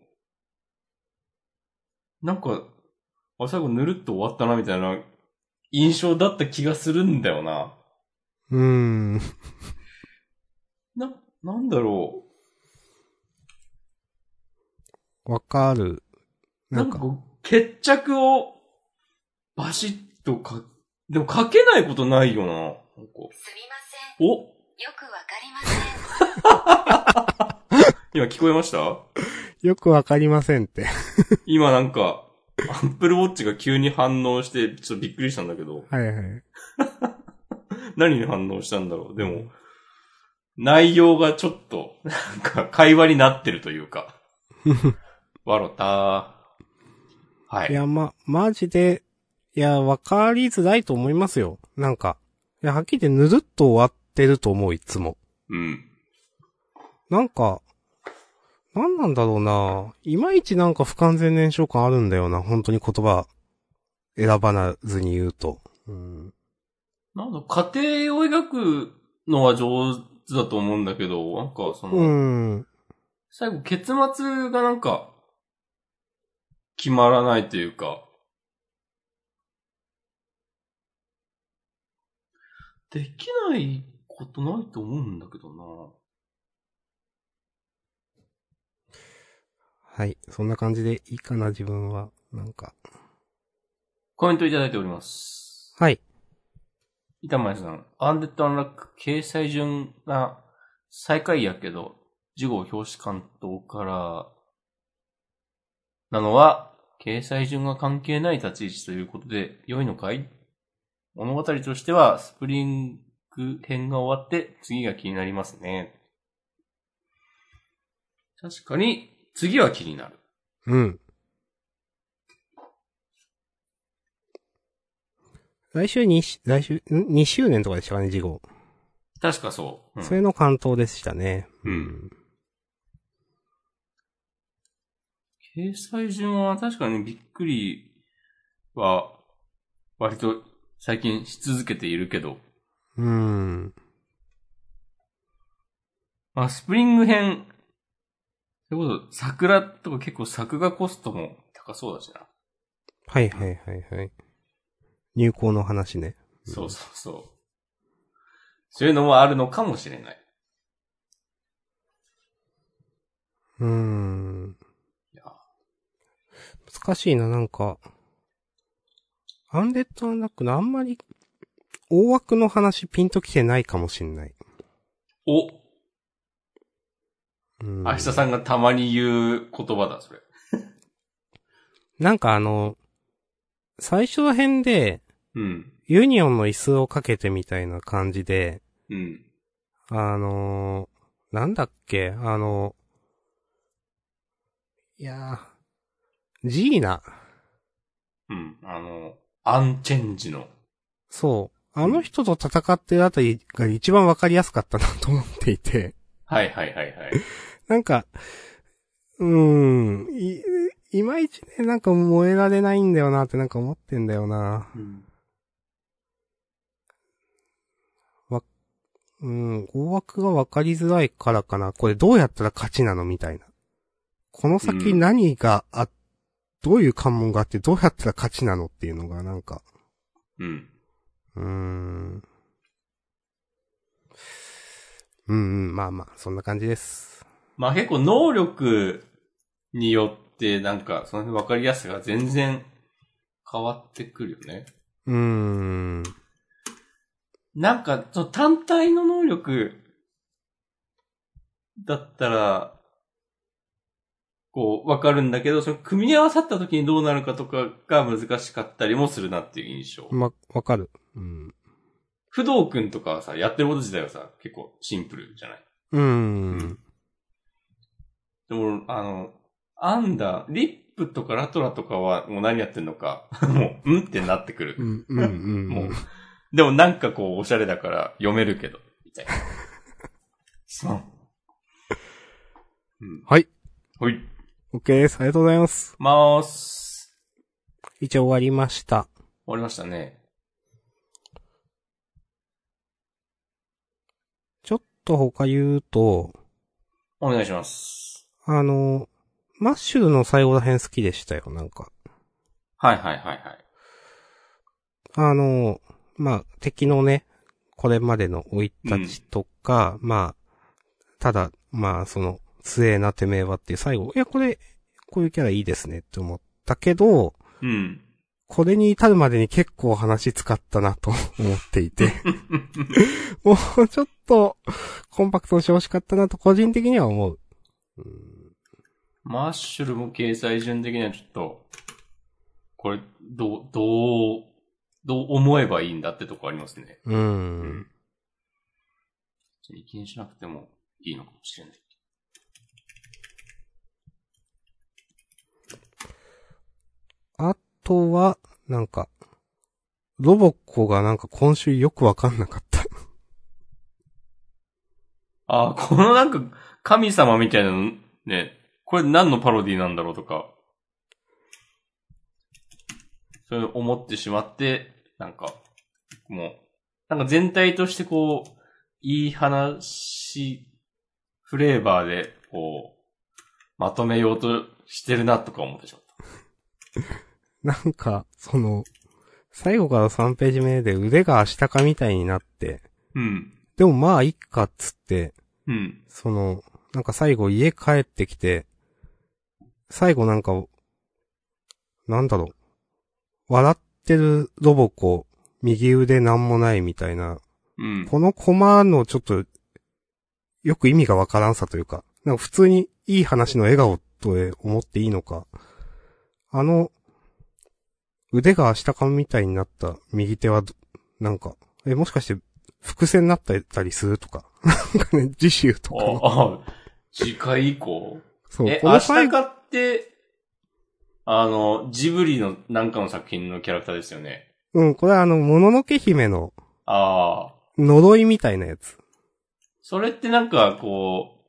Speaker 1: なんか、あ、最後ぬるっと終わったな、みたいな、印象だった気がするんだよな。
Speaker 2: うーん。
Speaker 1: な、なんだろ
Speaker 2: わかる。
Speaker 1: う。
Speaker 2: な
Speaker 1: なん
Speaker 2: ん
Speaker 1: か
Speaker 2: か、
Speaker 1: こう、決着を、バシッとか、でもかけないことないよな。なんか
Speaker 3: すみません。
Speaker 1: お
Speaker 3: よくわかりません。
Speaker 1: 今聞こえました
Speaker 2: よくわかりませんって。
Speaker 1: 今なんか、アップルウォッチが急に反応して、ちょっとびっくりしたんだけど、
Speaker 2: はいはい。
Speaker 1: 何に反応したんだろう。でも、内容がちょっと、なんか会話になってるというか。わろたー。はいい。
Speaker 2: や、ま、マジで、いや、わかりづらいと思いますよ。なんか、いや、はっきり言ってぬるっと終わってると思う、いつも。
Speaker 1: うん。
Speaker 2: なんか、なんなんだろうないまいちなんか不完全燃焼感あるんだよな。本当に言葉、選ばなずに言うと。うん。
Speaker 1: なんだ、家庭を描くのは上手だと思うんだけど、なんかその、
Speaker 2: うん。
Speaker 1: 最後結末がなんか、決まらないというか、できないことないと思うんだけどな。
Speaker 2: はい。そんな感じでいいかな、自分は。なんか。
Speaker 1: コメントいただいております。
Speaker 2: はい。
Speaker 1: 板前さん、アンデッドアンラック掲載順が最下位やけど、次号表紙関東から、なのは、掲載順が関係ない立ち位置ということで、良いのかい物語としては、スプリング編が終わって、次が気になりますね。確かに、次は気になる。
Speaker 2: うん。来週にし、来週、ん ?2 周年とかでしたかね、次号。
Speaker 1: 確かそう。うん
Speaker 2: それの関東でしたね。
Speaker 1: うん。掲載順は確かにびっくりは、割と最近し続けているけど、
Speaker 2: うん。
Speaker 1: まあ、スプリング編、それこそ桜とか結構作画コストも高そうだしな。
Speaker 2: はいはいはいはい。入校の話ね。うん
Speaker 1: そうそうそう。そういうのもあるのかもしれない。
Speaker 2: うーん
Speaker 1: いや。
Speaker 2: 難しいな、なんか。アンデッドアンラックのあんまり、大枠の話ピンときてないかもしんない。
Speaker 1: お、
Speaker 2: うん。
Speaker 1: 明日さんがたまに言う言葉だ、それ。
Speaker 2: なんかあの、最初の辺で、
Speaker 1: うん。
Speaker 2: ユニオンの椅子をかけてみたいな感じで、
Speaker 1: うん。
Speaker 2: あのーなんだっけ、あのいやー、ジーナ。
Speaker 1: うん。あの、アンチェンジの。
Speaker 2: そう。あの人と戦ってるあたりが一番わかりやすかったなと思っていて。
Speaker 1: はいはいはいはい。
Speaker 2: なんか、うーん、い、いまいちね、なんか燃えられないんだよなってなんか思ってんだよな。
Speaker 1: うん。
Speaker 2: うん、大枠がわかりづらいからかな。これどうやったら勝ちなのみたいな。この先何があ、どういう関門があってどうやったら勝ちなのっていうのがなんか、
Speaker 1: うん。
Speaker 2: うーん。うんうん、まあまあ、そんな感じです。
Speaker 1: まあ結構能力によってなんかその辺分かりやすさが全然変わってくるよね。
Speaker 2: うーん。
Speaker 1: なんかその単体の能力だったらこう分かるんだけど、その組み合わさった時にどうなるかとかが難しかったりもするなっていう印象。
Speaker 2: ま、わかる。うん。
Speaker 1: 不動くんとかはさ、やってること自体はさ、結構シンプルじゃないう
Speaker 2: ーん。
Speaker 1: でも、あの、アンダー、リップとかラトラとかはもう何やってんのか、 もう、うんってなってくる。
Speaker 2: うん、うん、うん。
Speaker 1: もう、でもなんかこう、おしゃれだから読めるけど、み たいな。すまん。うん。
Speaker 2: はい。
Speaker 1: はい。
Speaker 2: OK です。ありがとうございます。
Speaker 1: まーす。
Speaker 2: 一応終わりました。
Speaker 1: 終わりましたね。
Speaker 2: ちょっと他言うと、
Speaker 1: お願いします。
Speaker 2: あの、マッシュルの最後ら辺好きでしたよ、なんか。
Speaker 1: はいはいはいはい。
Speaker 2: あの、まあ、敵のね、これまでの生い立ちとか、まあ、ただ、まあ、その、強えなてめえはっていう最後、いや、これ、こういうキャラいいですねって思ったけど、
Speaker 1: うん。
Speaker 2: これに至るまでに結構話使ったなと思っていて、もうちょっと、コンパクトにしてほしかったなと個人的には思う。
Speaker 1: マッシュルも掲載順的にはちょっと、これ、どう、どう、どう思えばいいんだってとこありますね。
Speaker 2: う。。
Speaker 1: うん気にしなくてもいいのかもしれない。
Speaker 2: あとは、なんか、ロボッコがなんか今週よくわかんなかった。
Speaker 1: あー、このなんか、神様みたいなの、ね、これ何のパロディなんだろうとか、そういう思ってしまって、なんか、もう、なんか全体としてこう、いい話、フレーバーで、こう、まとめようとしてるなとか思ってしまった。
Speaker 2: なんか、その、最後から3ページ目で腕が足高みたいになって、
Speaker 1: うん。
Speaker 2: でもまあ、いっかっつって、
Speaker 1: うん。
Speaker 2: その、なんか最後家帰ってきて、最後なんか、なんだろう、笑ってるロボコ、右腕なんもないみたいな
Speaker 1: うん。
Speaker 2: このコマのちょっと、よく意味がわからんさというか、なんか普通にいい話の笑顔と思っていいのか、あの、腕が下かみたいになった右手はど、なんか、え、もしかして、伏線になってたりするとか、なんかね、次週とかの、
Speaker 1: ああ、次回以降
Speaker 2: そう、
Speaker 1: え、
Speaker 2: こ
Speaker 1: 明
Speaker 2: の
Speaker 1: 日
Speaker 2: 最後、
Speaker 1: かって、あの、ジブリのなんかの作品のキャラクターですよね。
Speaker 2: うん、これはあの、もののけ姫の
Speaker 1: ああ。
Speaker 2: 呪いみたいなやつ。
Speaker 1: それってなんか、こう、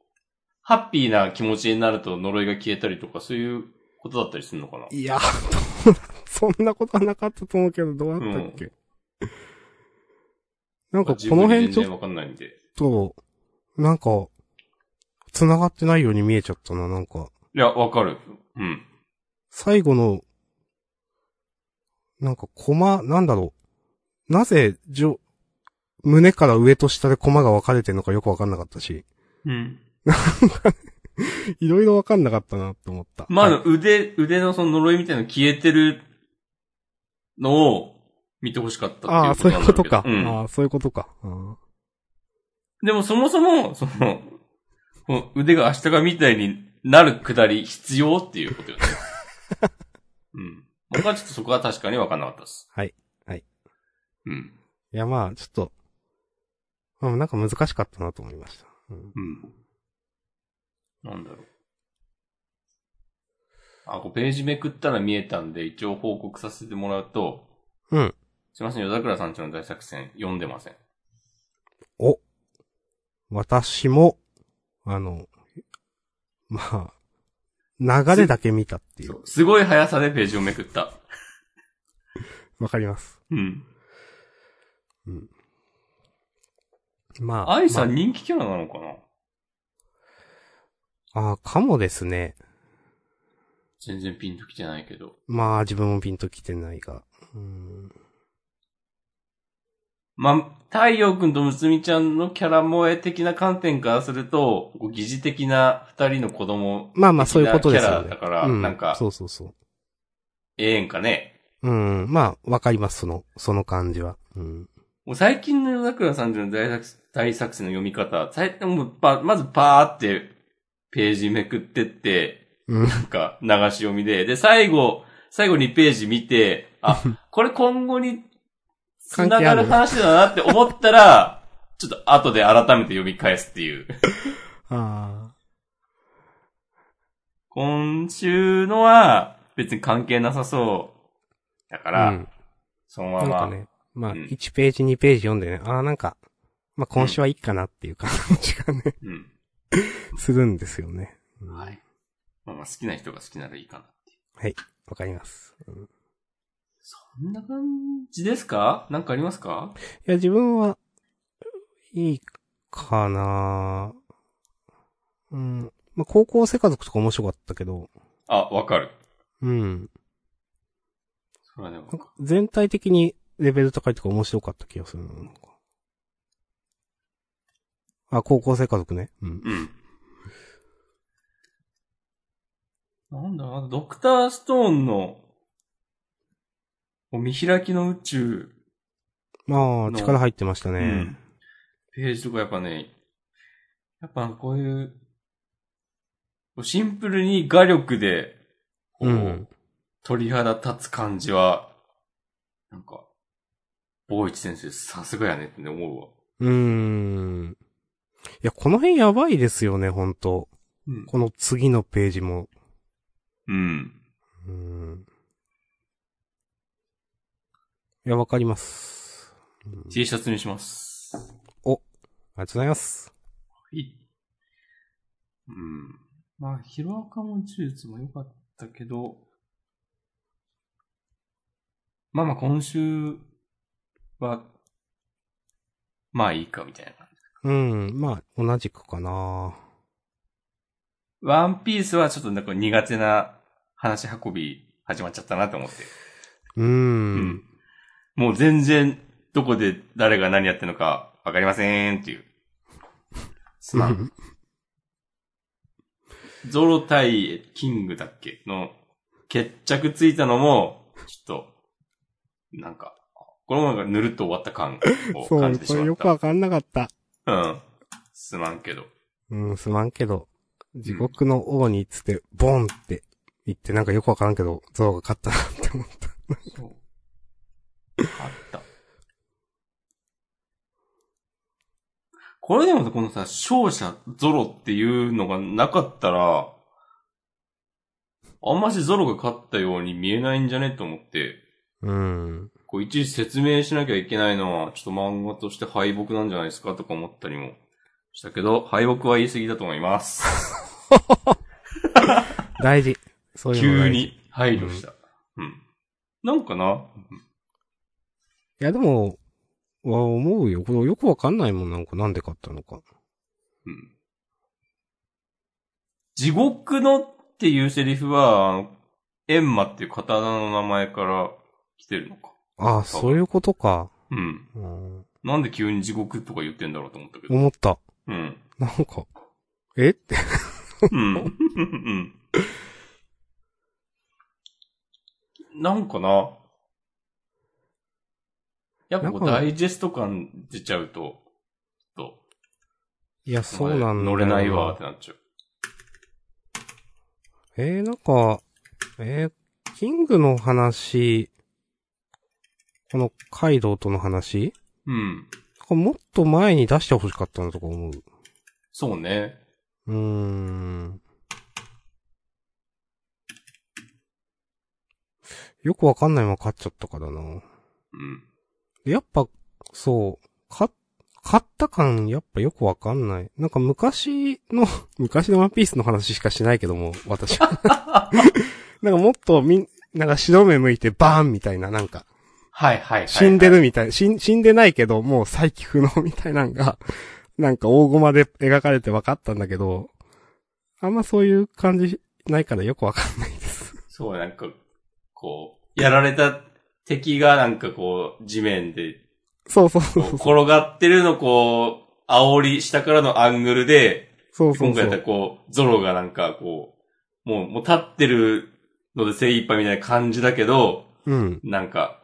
Speaker 1: ハッピーな気持ちになると呪いが消えたりとか、そういうことだったりするのかない
Speaker 2: や、どうだ そんなことはなかったと思うけど、どうだったっけ、なんかこの辺
Speaker 1: ジブリ全
Speaker 2: ちょっ
Speaker 1: 然わかんないんで。
Speaker 2: ちょっと、なんか、繋がってないように見えちゃったな、なんか。
Speaker 1: いや、わかる。うん。
Speaker 2: 最後の、なんか、コマ、なんだろう。なぜ、じょ、胸から上と下でコマが分かれてるのかよく分かんなかったし、
Speaker 1: うん。
Speaker 2: いろいろ分かんなかったなって思った。
Speaker 1: まあ、あ
Speaker 2: はい
Speaker 1: の腕、腕のその呪いみたいなの消えてるのを見てほしかったっていうこと
Speaker 2: あ
Speaker 1: なんだろ
Speaker 2: あ、そういうこ
Speaker 1: けど
Speaker 2: とか。
Speaker 1: うん
Speaker 2: ああ、そういうことか。うん
Speaker 1: でもそもそも、その、この腕が足高みたいになるくだり必要っていうことよね。うん。僕はちょっとそこは確かに分かんなかったです。
Speaker 2: はい。はい。
Speaker 1: うん。
Speaker 2: いや、まあ、ちょっと、うん、なんか難しかったなと思いました。うん
Speaker 1: うん。なんだろう。あ、こうページめくったら見えたんで、一応報告させてもらうと、
Speaker 2: うん。
Speaker 1: すいません、夜桜さんちの大作戦読んでません。
Speaker 2: お、私も、あの、まあ、流れだけ見たっていう。
Speaker 1: すごい速さでページをめくった。
Speaker 2: わかります。
Speaker 1: うん。
Speaker 2: まあ。
Speaker 1: 愛さ
Speaker 2: ま
Speaker 1: ん人気キャラなのかな
Speaker 2: あ、あーかもですね。
Speaker 1: 全然ピンときてないけど。
Speaker 2: まあ、自分もピンときてないが。うん。
Speaker 1: まあ、太陽くんとむつみちゃんのキャラ萌え的な観点からすると、こう疑似的な二人の子供、
Speaker 2: まあまあ、そういうことですよ
Speaker 1: キャ
Speaker 2: ね。
Speaker 1: ラだから
Speaker 2: う
Speaker 1: なんか
Speaker 2: そうそうそ
Speaker 1: ええんかね。
Speaker 2: う。うん。まあ、わかります、その、その感じは。うん。
Speaker 1: もう最近の夜桜さんの大作大作戦の読み方、最もうパまずパーってページめくってって、
Speaker 2: うん。
Speaker 1: なんか流し読みで、で、最後、最後2ページ見て、 あ、これ今後に繋
Speaker 2: 関係あ
Speaker 1: が
Speaker 2: る
Speaker 1: る話だなって思ったら、ちょっと後で改めて読み返すっていう。
Speaker 2: ああ。
Speaker 1: 今週のは別に関係なさそう。だから、
Speaker 2: うん。
Speaker 1: その
Speaker 2: な
Speaker 1: ま
Speaker 2: んか
Speaker 1: ま、
Speaker 2: ね、まあ、
Speaker 1: うん
Speaker 2: 1ページ2ページ読んでね、ああ、なんか、まあ今週はいいかなっていう感じがね、
Speaker 1: うん。
Speaker 2: するんですよね。うん
Speaker 1: はい。まあまあ好きな人が好きならいいかな。
Speaker 2: わかります。うんい
Speaker 1: こんな感じですかなんかありますか
Speaker 2: や、自分は、いいかなうん。まあ、高校生家族とか面白かったけど、
Speaker 1: あ、わかる。
Speaker 2: うん。
Speaker 1: それはでも
Speaker 2: なん、か全体的にレベル高いとか面白かった気がするななんかあ、高校生家族ね。うん。
Speaker 1: うん。なんだ、あとドクターストーンの、お見開きの宇宙、
Speaker 2: まあ、
Speaker 1: の
Speaker 2: 力入ってました
Speaker 1: う
Speaker 2: ね
Speaker 1: ん。ページとかやっぱね、やっぱこういう、こうシンプルに画力で、こう、
Speaker 2: うん
Speaker 1: 鳥肌立つ感じは、なんか、坊一先生さすがやねって思うわ。
Speaker 2: うーん。いや、この辺やばいですよね、本当
Speaker 1: うん。
Speaker 2: この次のページも。
Speaker 1: うん。
Speaker 2: うーん。いや、わかります。うん
Speaker 1: T シャツにします。
Speaker 2: ありがとうございます。
Speaker 1: いうん。まあ、ヒロアカも手術も良かったけど、まあまあ今週は、まあいいかみたいな。
Speaker 2: うん。まあ、同じくかな
Speaker 1: ワンピースはちょっとなんか苦手な話運び始まっちゃったなと思って。
Speaker 2: う
Speaker 1: う
Speaker 2: ー。。
Speaker 1: んもう全然どこで誰が何やってるのかわかりませんっていう。す まん。ゾロ対キングだっけの決着ついたのも、ちょっと、なんか、これもなんかぬるっと終わった感を
Speaker 2: そ
Speaker 1: 感
Speaker 2: う、
Speaker 1: じて
Speaker 2: こ
Speaker 1: し
Speaker 2: れ
Speaker 1: ま
Speaker 2: よ
Speaker 1: っ
Speaker 2: くわかんなかった。
Speaker 1: た。うん。すまんけど。
Speaker 2: うん、すまんけど、地獄の王につって、ボンって言って、なんかよくわからんけど、ゾロが勝ったなって思った。
Speaker 1: あった。これでもさこのさ、勝者ゾロっていうのがなかったら、あんましゾロが勝ったように見えないんじゃねと思って。
Speaker 2: うん。
Speaker 1: こう、いちいち説明しなきゃいけないのは、ちょっと漫画として敗北なんじゃないですかとか思ったりもしたけど、敗北は言い過ぎだと思います。
Speaker 2: 大事。そういうの
Speaker 1: 急
Speaker 2: 大事。
Speaker 1: に配慮した。うん。なんかな、
Speaker 2: いや、でも、は思うよ。これよくわかんないもん、なんか、なんで買ったのか。
Speaker 1: うん、地獄のっていうセリフは、あのエンマっていう刀の名前から来てるのか。
Speaker 2: ああ、そういうことか。
Speaker 1: うん。
Speaker 2: うん、
Speaker 1: なんで急に地獄とか言ってんだろうと思ったけど。
Speaker 2: 思った。
Speaker 1: うん。
Speaker 2: なんか、えって。
Speaker 1: うん。うん。なんかな。やっぱこう
Speaker 2: なんか
Speaker 1: ダイジェスト感出ちゃうと、ちょっ
Speaker 2: いや、
Speaker 1: と、
Speaker 2: そうなんだ。
Speaker 1: 乗れないわっ。てなっちゃう。
Speaker 2: えー、なんか、えー、キングの話、このカイドウとの話
Speaker 1: うん。
Speaker 2: なんかもっと前に出してほしかったなとか思う。
Speaker 1: そうね。
Speaker 2: うーん。よくわかんないまま勝っちゃったから
Speaker 1: う
Speaker 2: な。
Speaker 1: ん。
Speaker 2: でやっぱ、そう、か、買った感、やっぱよくわかんない。なんか昔の、 昔のワンピースの話しかしないけども、私 は。なんかもっとみん、なんか白目向いてバーンみたいな、なんか、
Speaker 1: はいはいはい、はい。
Speaker 2: 死んでるみたい、死ん死んでないけど、もう再起不能みたいなのが、 なんか大駒で描かれて分かったんだけど、あんまそういう感じないからよくわかんないです。
Speaker 1: そう、なんか、こう、やられた敵がなんかこう、地面で、
Speaker 2: そうそうそ
Speaker 1: こ
Speaker 2: う
Speaker 1: う
Speaker 2: そう。
Speaker 1: 転がってるのこう、煽り、下からのアングルで、
Speaker 2: そうそう
Speaker 1: 今回や
Speaker 2: そ
Speaker 1: ったら
Speaker 2: う。
Speaker 1: こう、ゾロがなんかこう、もう、もう立ってるので精一杯みたいな感じだけど、
Speaker 2: うん。
Speaker 1: なんか、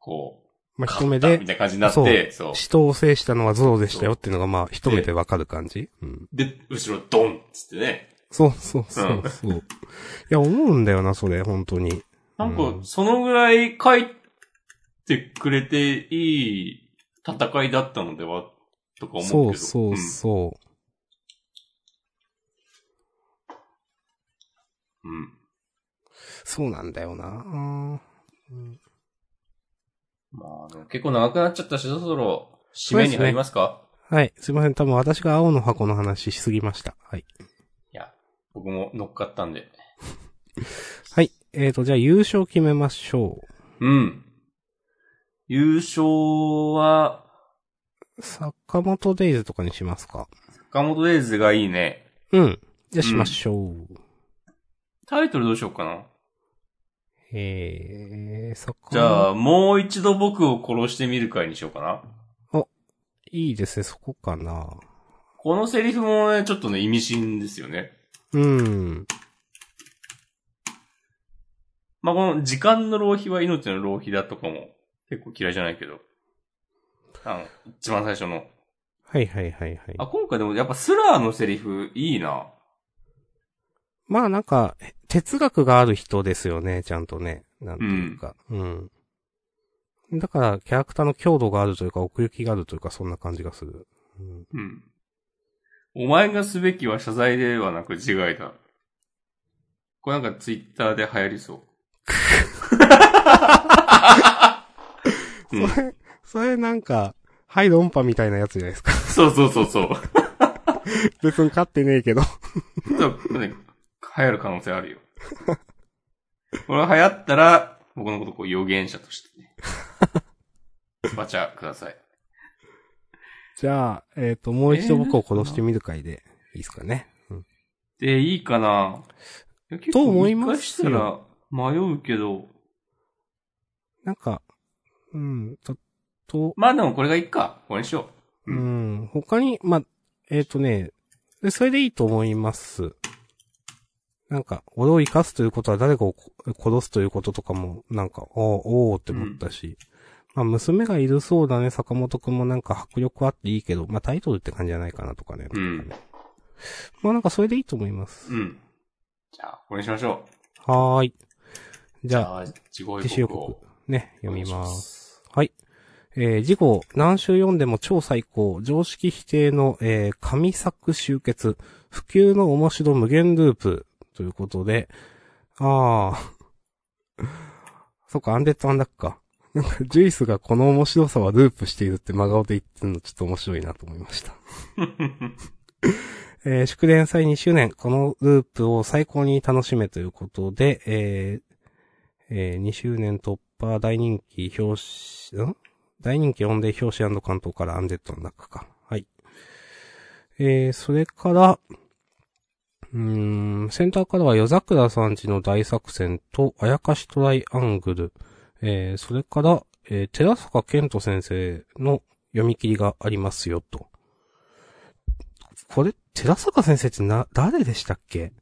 Speaker 1: こう、
Speaker 2: まあ、一
Speaker 1: 勝
Speaker 2: 目
Speaker 1: った
Speaker 2: で
Speaker 1: みたいな感じになって、そう。
Speaker 2: 人を制したのはゾロでしたよっていうのがまあ一目でわかる感じ。うん。
Speaker 1: で、後ろドンっつってね。
Speaker 2: そうそうそうそう。いや、思うんだよな、それ、本当に。
Speaker 1: なん
Speaker 2: う
Speaker 1: か、
Speaker 2: ん
Speaker 1: そのぐらい書いてくれていい戦いだったのでは、とか思うけど。
Speaker 2: そうそう
Speaker 1: うん
Speaker 2: そう。
Speaker 1: うん。
Speaker 2: そうなんだよな。うん
Speaker 1: まあ、でも結構長くなっちゃったし、そろそろ、締めに入りますか
Speaker 2: はい。すいません。多分私が青の箱の話しすぎました。はい。
Speaker 1: いや、僕も乗っかったんで。
Speaker 2: はい。えーと、じゃあ優勝決めましょ
Speaker 1: うん。優勝は、
Speaker 2: う。坂本デイズとかにしますか
Speaker 1: 坂本デイズがいいね。
Speaker 2: うん。じゃあしましょう。
Speaker 1: タイトルどうしようかな。
Speaker 2: えー、坂本。
Speaker 1: じゃあ、もう一度僕を殺してみる会にしようかな。
Speaker 2: いいですね、そこかな。
Speaker 1: このセリフもね、ちょっとね、意味深ですよね。
Speaker 2: うん。
Speaker 1: まあ、この時間の浪費は命の浪費だとかも結構嫌いじゃないけど。あの、一番最初の。
Speaker 2: はいはいはいはい。
Speaker 1: あ、今回でもやっぱスラーのセリフいいな。
Speaker 2: まあなんか、哲学がある人ですよね、ちゃんとね。なんていうか。うん。だから、キャラクターの強度があるというか、奥行きがあるというか、そんな感じがする。うん、
Speaker 1: うん。お前がすべきは謝罪ではなく自害だ。これなんかツイッターで流行りそう。うん
Speaker 2: それ、それなんか、はい、論破みたいなやつじゃないですか。
Speaker 1: そうそうそうそう。
Speaker 2: 別に勝ってねえけど。
Speaker 1: そうね流行る可能性あるよ。 これが流行ったら、僕のことこう予言者として ね。バチャください。
Speaker 2: じゃあ、えっ、と、もう一度僕を殺してみる会で、いいですかね。うん。
Speaker 1: で、いいかな結
Speaker 2: と
Speaker 1: 構
Speaker 2: 思います
Speaker 1: 見返したら迷うけど。
Speaker 2: なんか、うん、ちょっと、
Speaker 1: まあでもこれがいいか。これにしよう
Speaker 2: うんん、他に、まあ、えっ、とね、でそれでいいと思います。なんか、俺を生かすということは誰かをこ殺すということとかも、なんか、おーおーって思ったし、まあ、娘がいるそうだね、坂本くんもなんか迫力あっていいけど、まあ、タイトルって感じじゃないかなとかね。
Speaker 1: うん
Speaker 2: まあ、なんかそれでいいと思います。
Speaker 1: う。うん。じゃあ、これにしましょう。
Speaker 2: はーい。じ
Speaker 1: じ
Speaker 2: ゃあ、
Speaker 1: ゃあ、地声
Speaker 2: 自主予
Speaker 1: 国
Speaker 2: 告
Speaker 1: を。
Speaker 2: ね、読みます。
Speaker 1: す。
Speaker 2: はい。えー、事後、何週読んでも超最高、常識否定の、えー、神作集結、普及の面白無限ループ、ということで、あー、 そっか、アンデッドアンダックか。なんか、ジュイスがこの面白さはループしているって真顔で言ってるのちょっと面白いなと思いました。 えー祝電祭2周年、このループを最高に楽しめということで、えーえー2周年突破大人気表紙、ん大人気音で表紙関東からアンデッドの中か。はい。えー、それから、うーん、センターからは夜桜さんちの大作戦と、あやかしトライアングル、えー、それから、えー、寺坂健人先生の読み切りがありますよと。これ、寺坂先生ってな、誰でしたっけ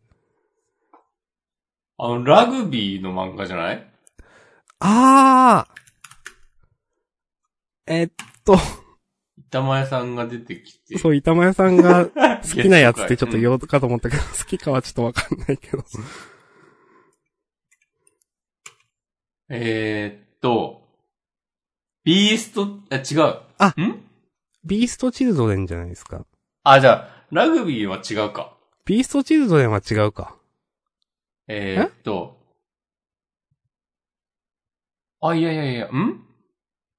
Speaker 1: あの、ラグビーの漫画じゃない
Speaker 2: あーえっと、
Speaker 1: 板前さんが出てきて。
Speaker 2: そう、板前さんが
Speaker 1: 好
Speaker 2: 好きなやつってちょっと言おうかと思ったけど、 好きかはちょっとわかんないけど。
Speaker 1: えー、っと、ビースト、あ、違う。
Speaker 2: あ
Speaker 1: ん
Speaker 2: ビーストチルドレンじゃないですか。
Speaker 1: あ、じゃあ、ラグビーは違うか。
Speaker 2: ビーストチルドレンは違うか。
Speaker 1: えー、っと、あ、いやいやいや、ん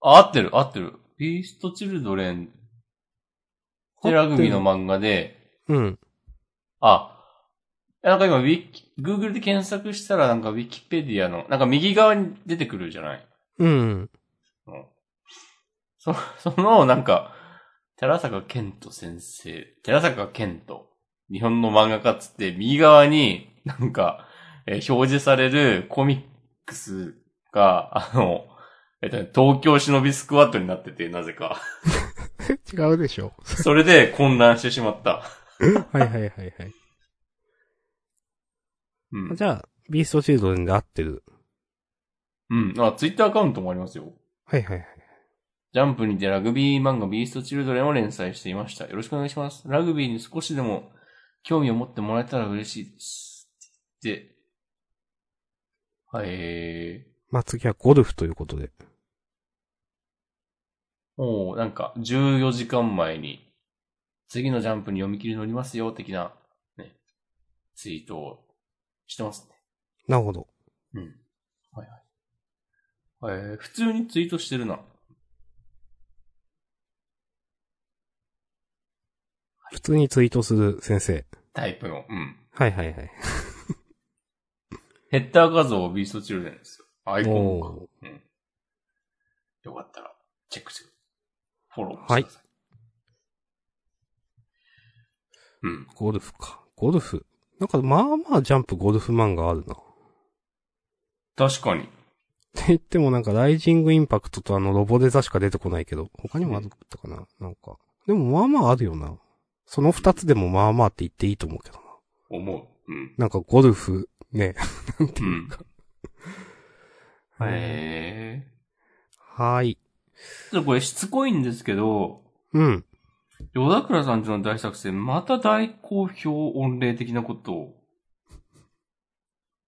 Speaker 1: あ、合ってる、合ってる。ビーストチルドレンってラグビーの漫画で、
Speaker 2: うん。
Speaker 1: あ、なんか今、ウィキ、Google で検索したらなんか Wikipedia の、なんか右側に出てくるじゃない
Speaker 2: うん。
Speaker 1: そ その、なんか、寺坂健人先生、寺坂健人、日本の漫画家っつって、右側になんか、えー表示されるコミックスが、あの、えっとね、東京忍びスクワットになってて、なぜか。
Speaker 2: 違うでしょ。
Speaker 1: それで混乱してしまった。
Speaker 2: はいはいはいはい。
Speaker 1: うん。
Speaker 2: じゃあ、ビーストチルドレンで合ってる。
Speaker 1: うん。あ、ツイッターアカウントもありますよ。
Speaker 2: はいはいはい。
Speaker 1: ジャンプにてラグビー漫画ビーストチルドレンを連載していました。よろしくお願いします。ラグビーに少しでも興味を持ってもらえたら嬉しいです。って。はい、え
Speaker 2: まあ、次はゴルフということで。
Speaker 1: ー、もうなんか14時間前に次のジャンプに読み切り乗りますよ、的なね、ツイートをしてますね。
Speaker 2: なるほど。
Speaker 1: うん。はいはい。えー、普通にツイートしてるな。
Speaker 2: 普通にツイートする先生。
Speaker 1: タイプの。うん。
Speaker 2: はいはいはい。
Speaker 1: ヘッダー画像ビーストチルデンですよ。アイコンか。
Speaker 2: お
Speaker 1: うん。よかったら、チェックしてください。フォローしてください。うん。
Speaker 2: ゴルフか。ゴルフ。なんか、まあまあジャンプゴルフ漫画あるな。っ
Speaker 1: 確かに。
Speaker 2: て言ってもなんか、ライジングインパクトとあの、ロボデザしか出てこないけど、他にもあったかな、なんか。でも、まあまああるよな。その二つでもまあまあって言っていいと思うけどな。
Speaker 1: 思う。うん。
Speaker 2: なんか、ゴルフ、ね。なんて
Speaker 1: う
Speaker 2: いうんか。。
Speaker 1: へえ。
Speaker 2: はーい。
Speaker 1: ちょっとこれしつこいんですけど、
Speaker 2: うん。
Speaker 1: ヨダクラさんちの大作戦、また大好評御礼的なことを、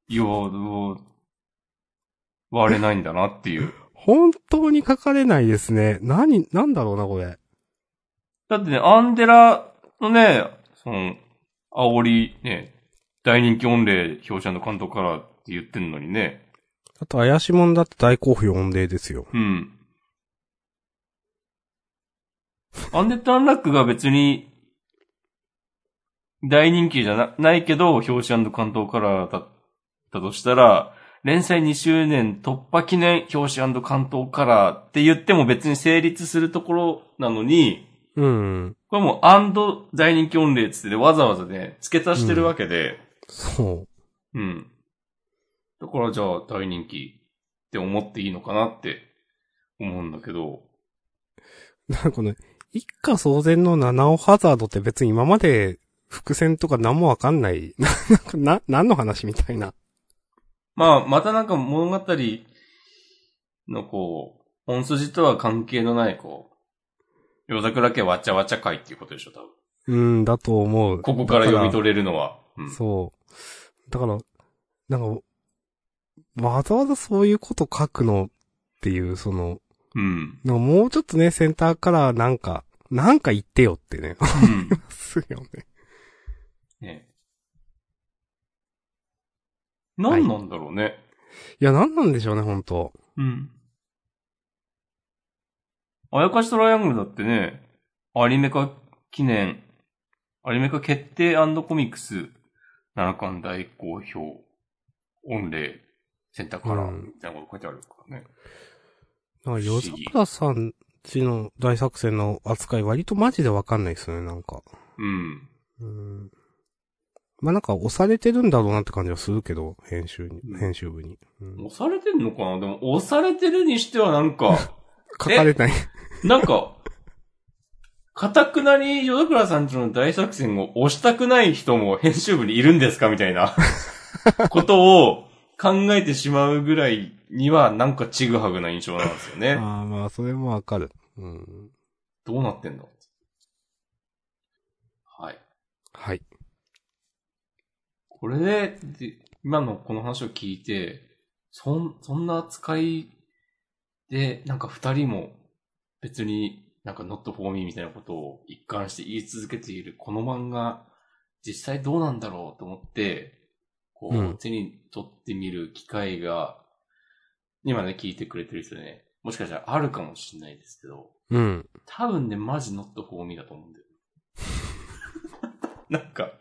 Speaker 1: 言わ、われないんだなっていう。
Speaker 2: 本当に書かれないですね。何、なんだろうな、これ。
Speaker 1: だってね、アンデラのね、その、煽り、ね、大人気御礼表者の監督からって言ってんのにね。
Speaker 2: あと、怪しもんだって大好評御礼ですよ。
Speaker 1: うん。アンデッド・アンラックが別に、大人気じゃなないけど、表紙関東カラーだったとしたら、連載2周年突破記念表紙関東カラーって言っても別に成立するところなのに、
Speaker 2: うん。
Speaker 1: これもう、アンド在人気音霊っつってね、わざわざね、付け足してるわけで、
Speaker 2: そ
Speaker 1: う
Speaker 2: う。
Speaker 1: ん。だからじゃあ、大人気って思っていいのかなって思うんだけど、
Speaker 2: なんかこの、一家騒然の七尾ハザードって別に今まで伏線とか何もわかんない。 ななんか、な、何の話みたいな。
Speaker 1: まあ、またなんか物語のこう、本筋とは関係のない、こう、夜桜家わちゃわちゃ会っていうことでしょ、多分。
Speaker 2: うん、だと思う。
Speaker 1: ここから読み
Speaker 2: る。
Speaker 1: 取れるのは。うん
Speaker 2: そう。だから、なんか、わざわざそういうこと書くのっていう、その、
Speaker 1: うん。
Speaker 2: なんかもうちょっとね、センターからなんか、なんか言ってよってね、思い
Speaker 1: うん。
Speaker 2: ますよね。
Speaker 1: ね何なんだろうね。
Speaker 2: いや、なんなんでしょうね、本当
Speaker 1: うん。あやかしトライアングルだってね、アニメ化記念、アニメ化決定コミックス、七巻大好評、御礼、センターカラー、
Speaker 2: うん
Speaker 1: みたいなこと書いてあるからね。
Speaker 2: なんか、
Speaker 1: 不思
Speaker 2: 夜
Speaker 1: 議
Speaker 2: 桜さんちの大作戦の扱い割とマジでわかんないですよね、なんか。
Speaker 1: うん。
Speaker 2: うん。まあ、なんか押されてるんだろうなって感じはするけど、編集に
Speaker 1: うん、
Speaker 2: 編集部に。うん、
Speaker 1: 押されてんのかなでも、押されてるにしてはなんか、
Speaker 2: 書かれない。
Speaker 1: なんか、かたくなにヨドクラさんちの大作戦を押したくない人も編集部にいるんですかみたいなことを考えてしまうぐらいにはなんかちぐはぐな印象なんですよね。
Speaker 2: ああ、まあ、それもわかる。うん。
Speaker 1: どうなってんのはい。
Speaker 2: はい。
Speaker 1: これで、で今のこの話を聞いて、そん、そんな扱いで、なんか二人も別になんか not for me みたいなことを一貫して言い続けているこの漫画、実際どうなんだろうと思って、こう、
Speaker 2: うん
Speaker 1: 手に取ってみる機会が、今ね、聞いてくれてる人ね、もしかしたらあるかもしれないですけど、
Speaker 2: うん。
Speaker 1: 多分ね、マジ not for me だと思うんだよ。 なんか、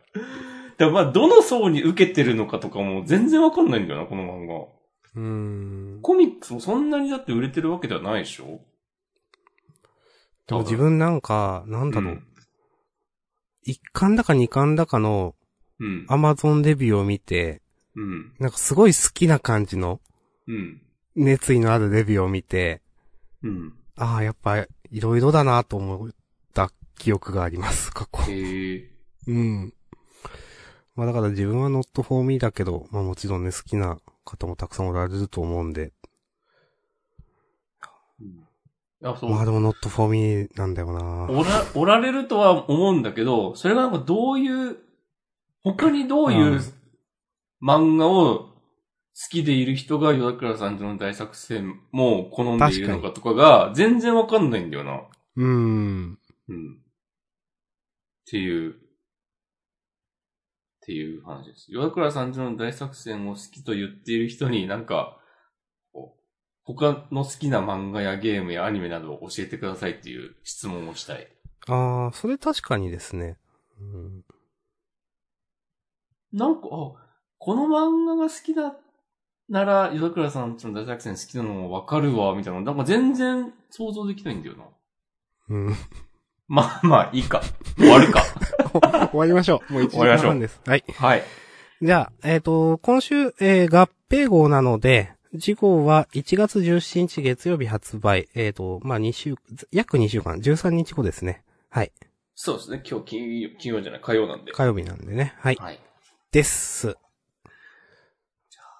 Speaker 1: でもまあ、どの層に受けてるのかとかも全然わかんないんだよな、この漫画。
Speaker 2: うん。
Speaker 1: コミックスもそんなにだって売れてるわけではないでしょ
Speaker 2: でも自分なんか、なんだろう。一、巻だか二巻だかの
Speaker 1: うん。うん。
Speaker 2: アマゾンレビューを見て、
Speaker 1: うん。
Speaker 2: なんかすごい好きな感じの
Speaker 1: うん。
Speaker 2: 熱意のあるレビューを見て、
Speaker 1: うん。
Speaker 2: ああ、やっぱ、いろいろだなと思った記憶があります、過去。
Speaker 1: へえ。
Speaker 2: うん。まあだから自分は not for me だけど、まあもちろんね、好きな方もたくさんおられると思うんで、
Speaker 1: うんあ、そう。
Speaker 2: まあでも not for me なんだよな
Speaker 1: おら、おられるとは思うんだけど、それがなんかどういう、他にどういううん漫画を好きでいる人が夜桜さんとの大作戦も好んでいるのかとかが全然わかんないんだよな。
Speaker 2: うん。
Speaker 1: うん。っていう。っていう話です。岩倉さんちの大作戦を好きと言っている人になんか、こう他の好きな漫画やゲームやアニメなどを教えてくださいっていう質問をしたい。
Speaker 2: ああ、それ確かにですね。うん。
Speaker 1: なんか、あ、この漫画が好きだなら、岩倉さんちの大作戦好きなのもわかるわ、みたいな。なんか全然想像できないんだよな。
Speaker 2: うん。
Speaker 1: まあまあ、いいか。終わるか。
Speaker 2: 終わりましょう。もう1時間半です。はい。
Speaker 1: はい。
Speaker 2: じゃあ、えっ、と、今週、えー合併号なので、次号は1月17日月曜日発売。えっ、と、まあ、2週、約2週間、13日後ですね。はい。
Speaker 1: そうですね。今日金曜、金曜じゃない、火曜なんで。
Speaker 2: 火曜日なんでね。はい。
Speaker 1: はい。
Speaker 2: です。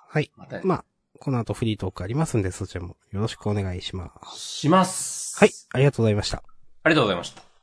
Speaker 2: はい。
Speaker 1: また、
Speaker 2: まあ、この後フリートークありますんで、そちらもよろしくお願いします。
Speaker 1: します。
Speaker 2: はい。。ありがとうございました。
Speaker 1: ありがとうございました。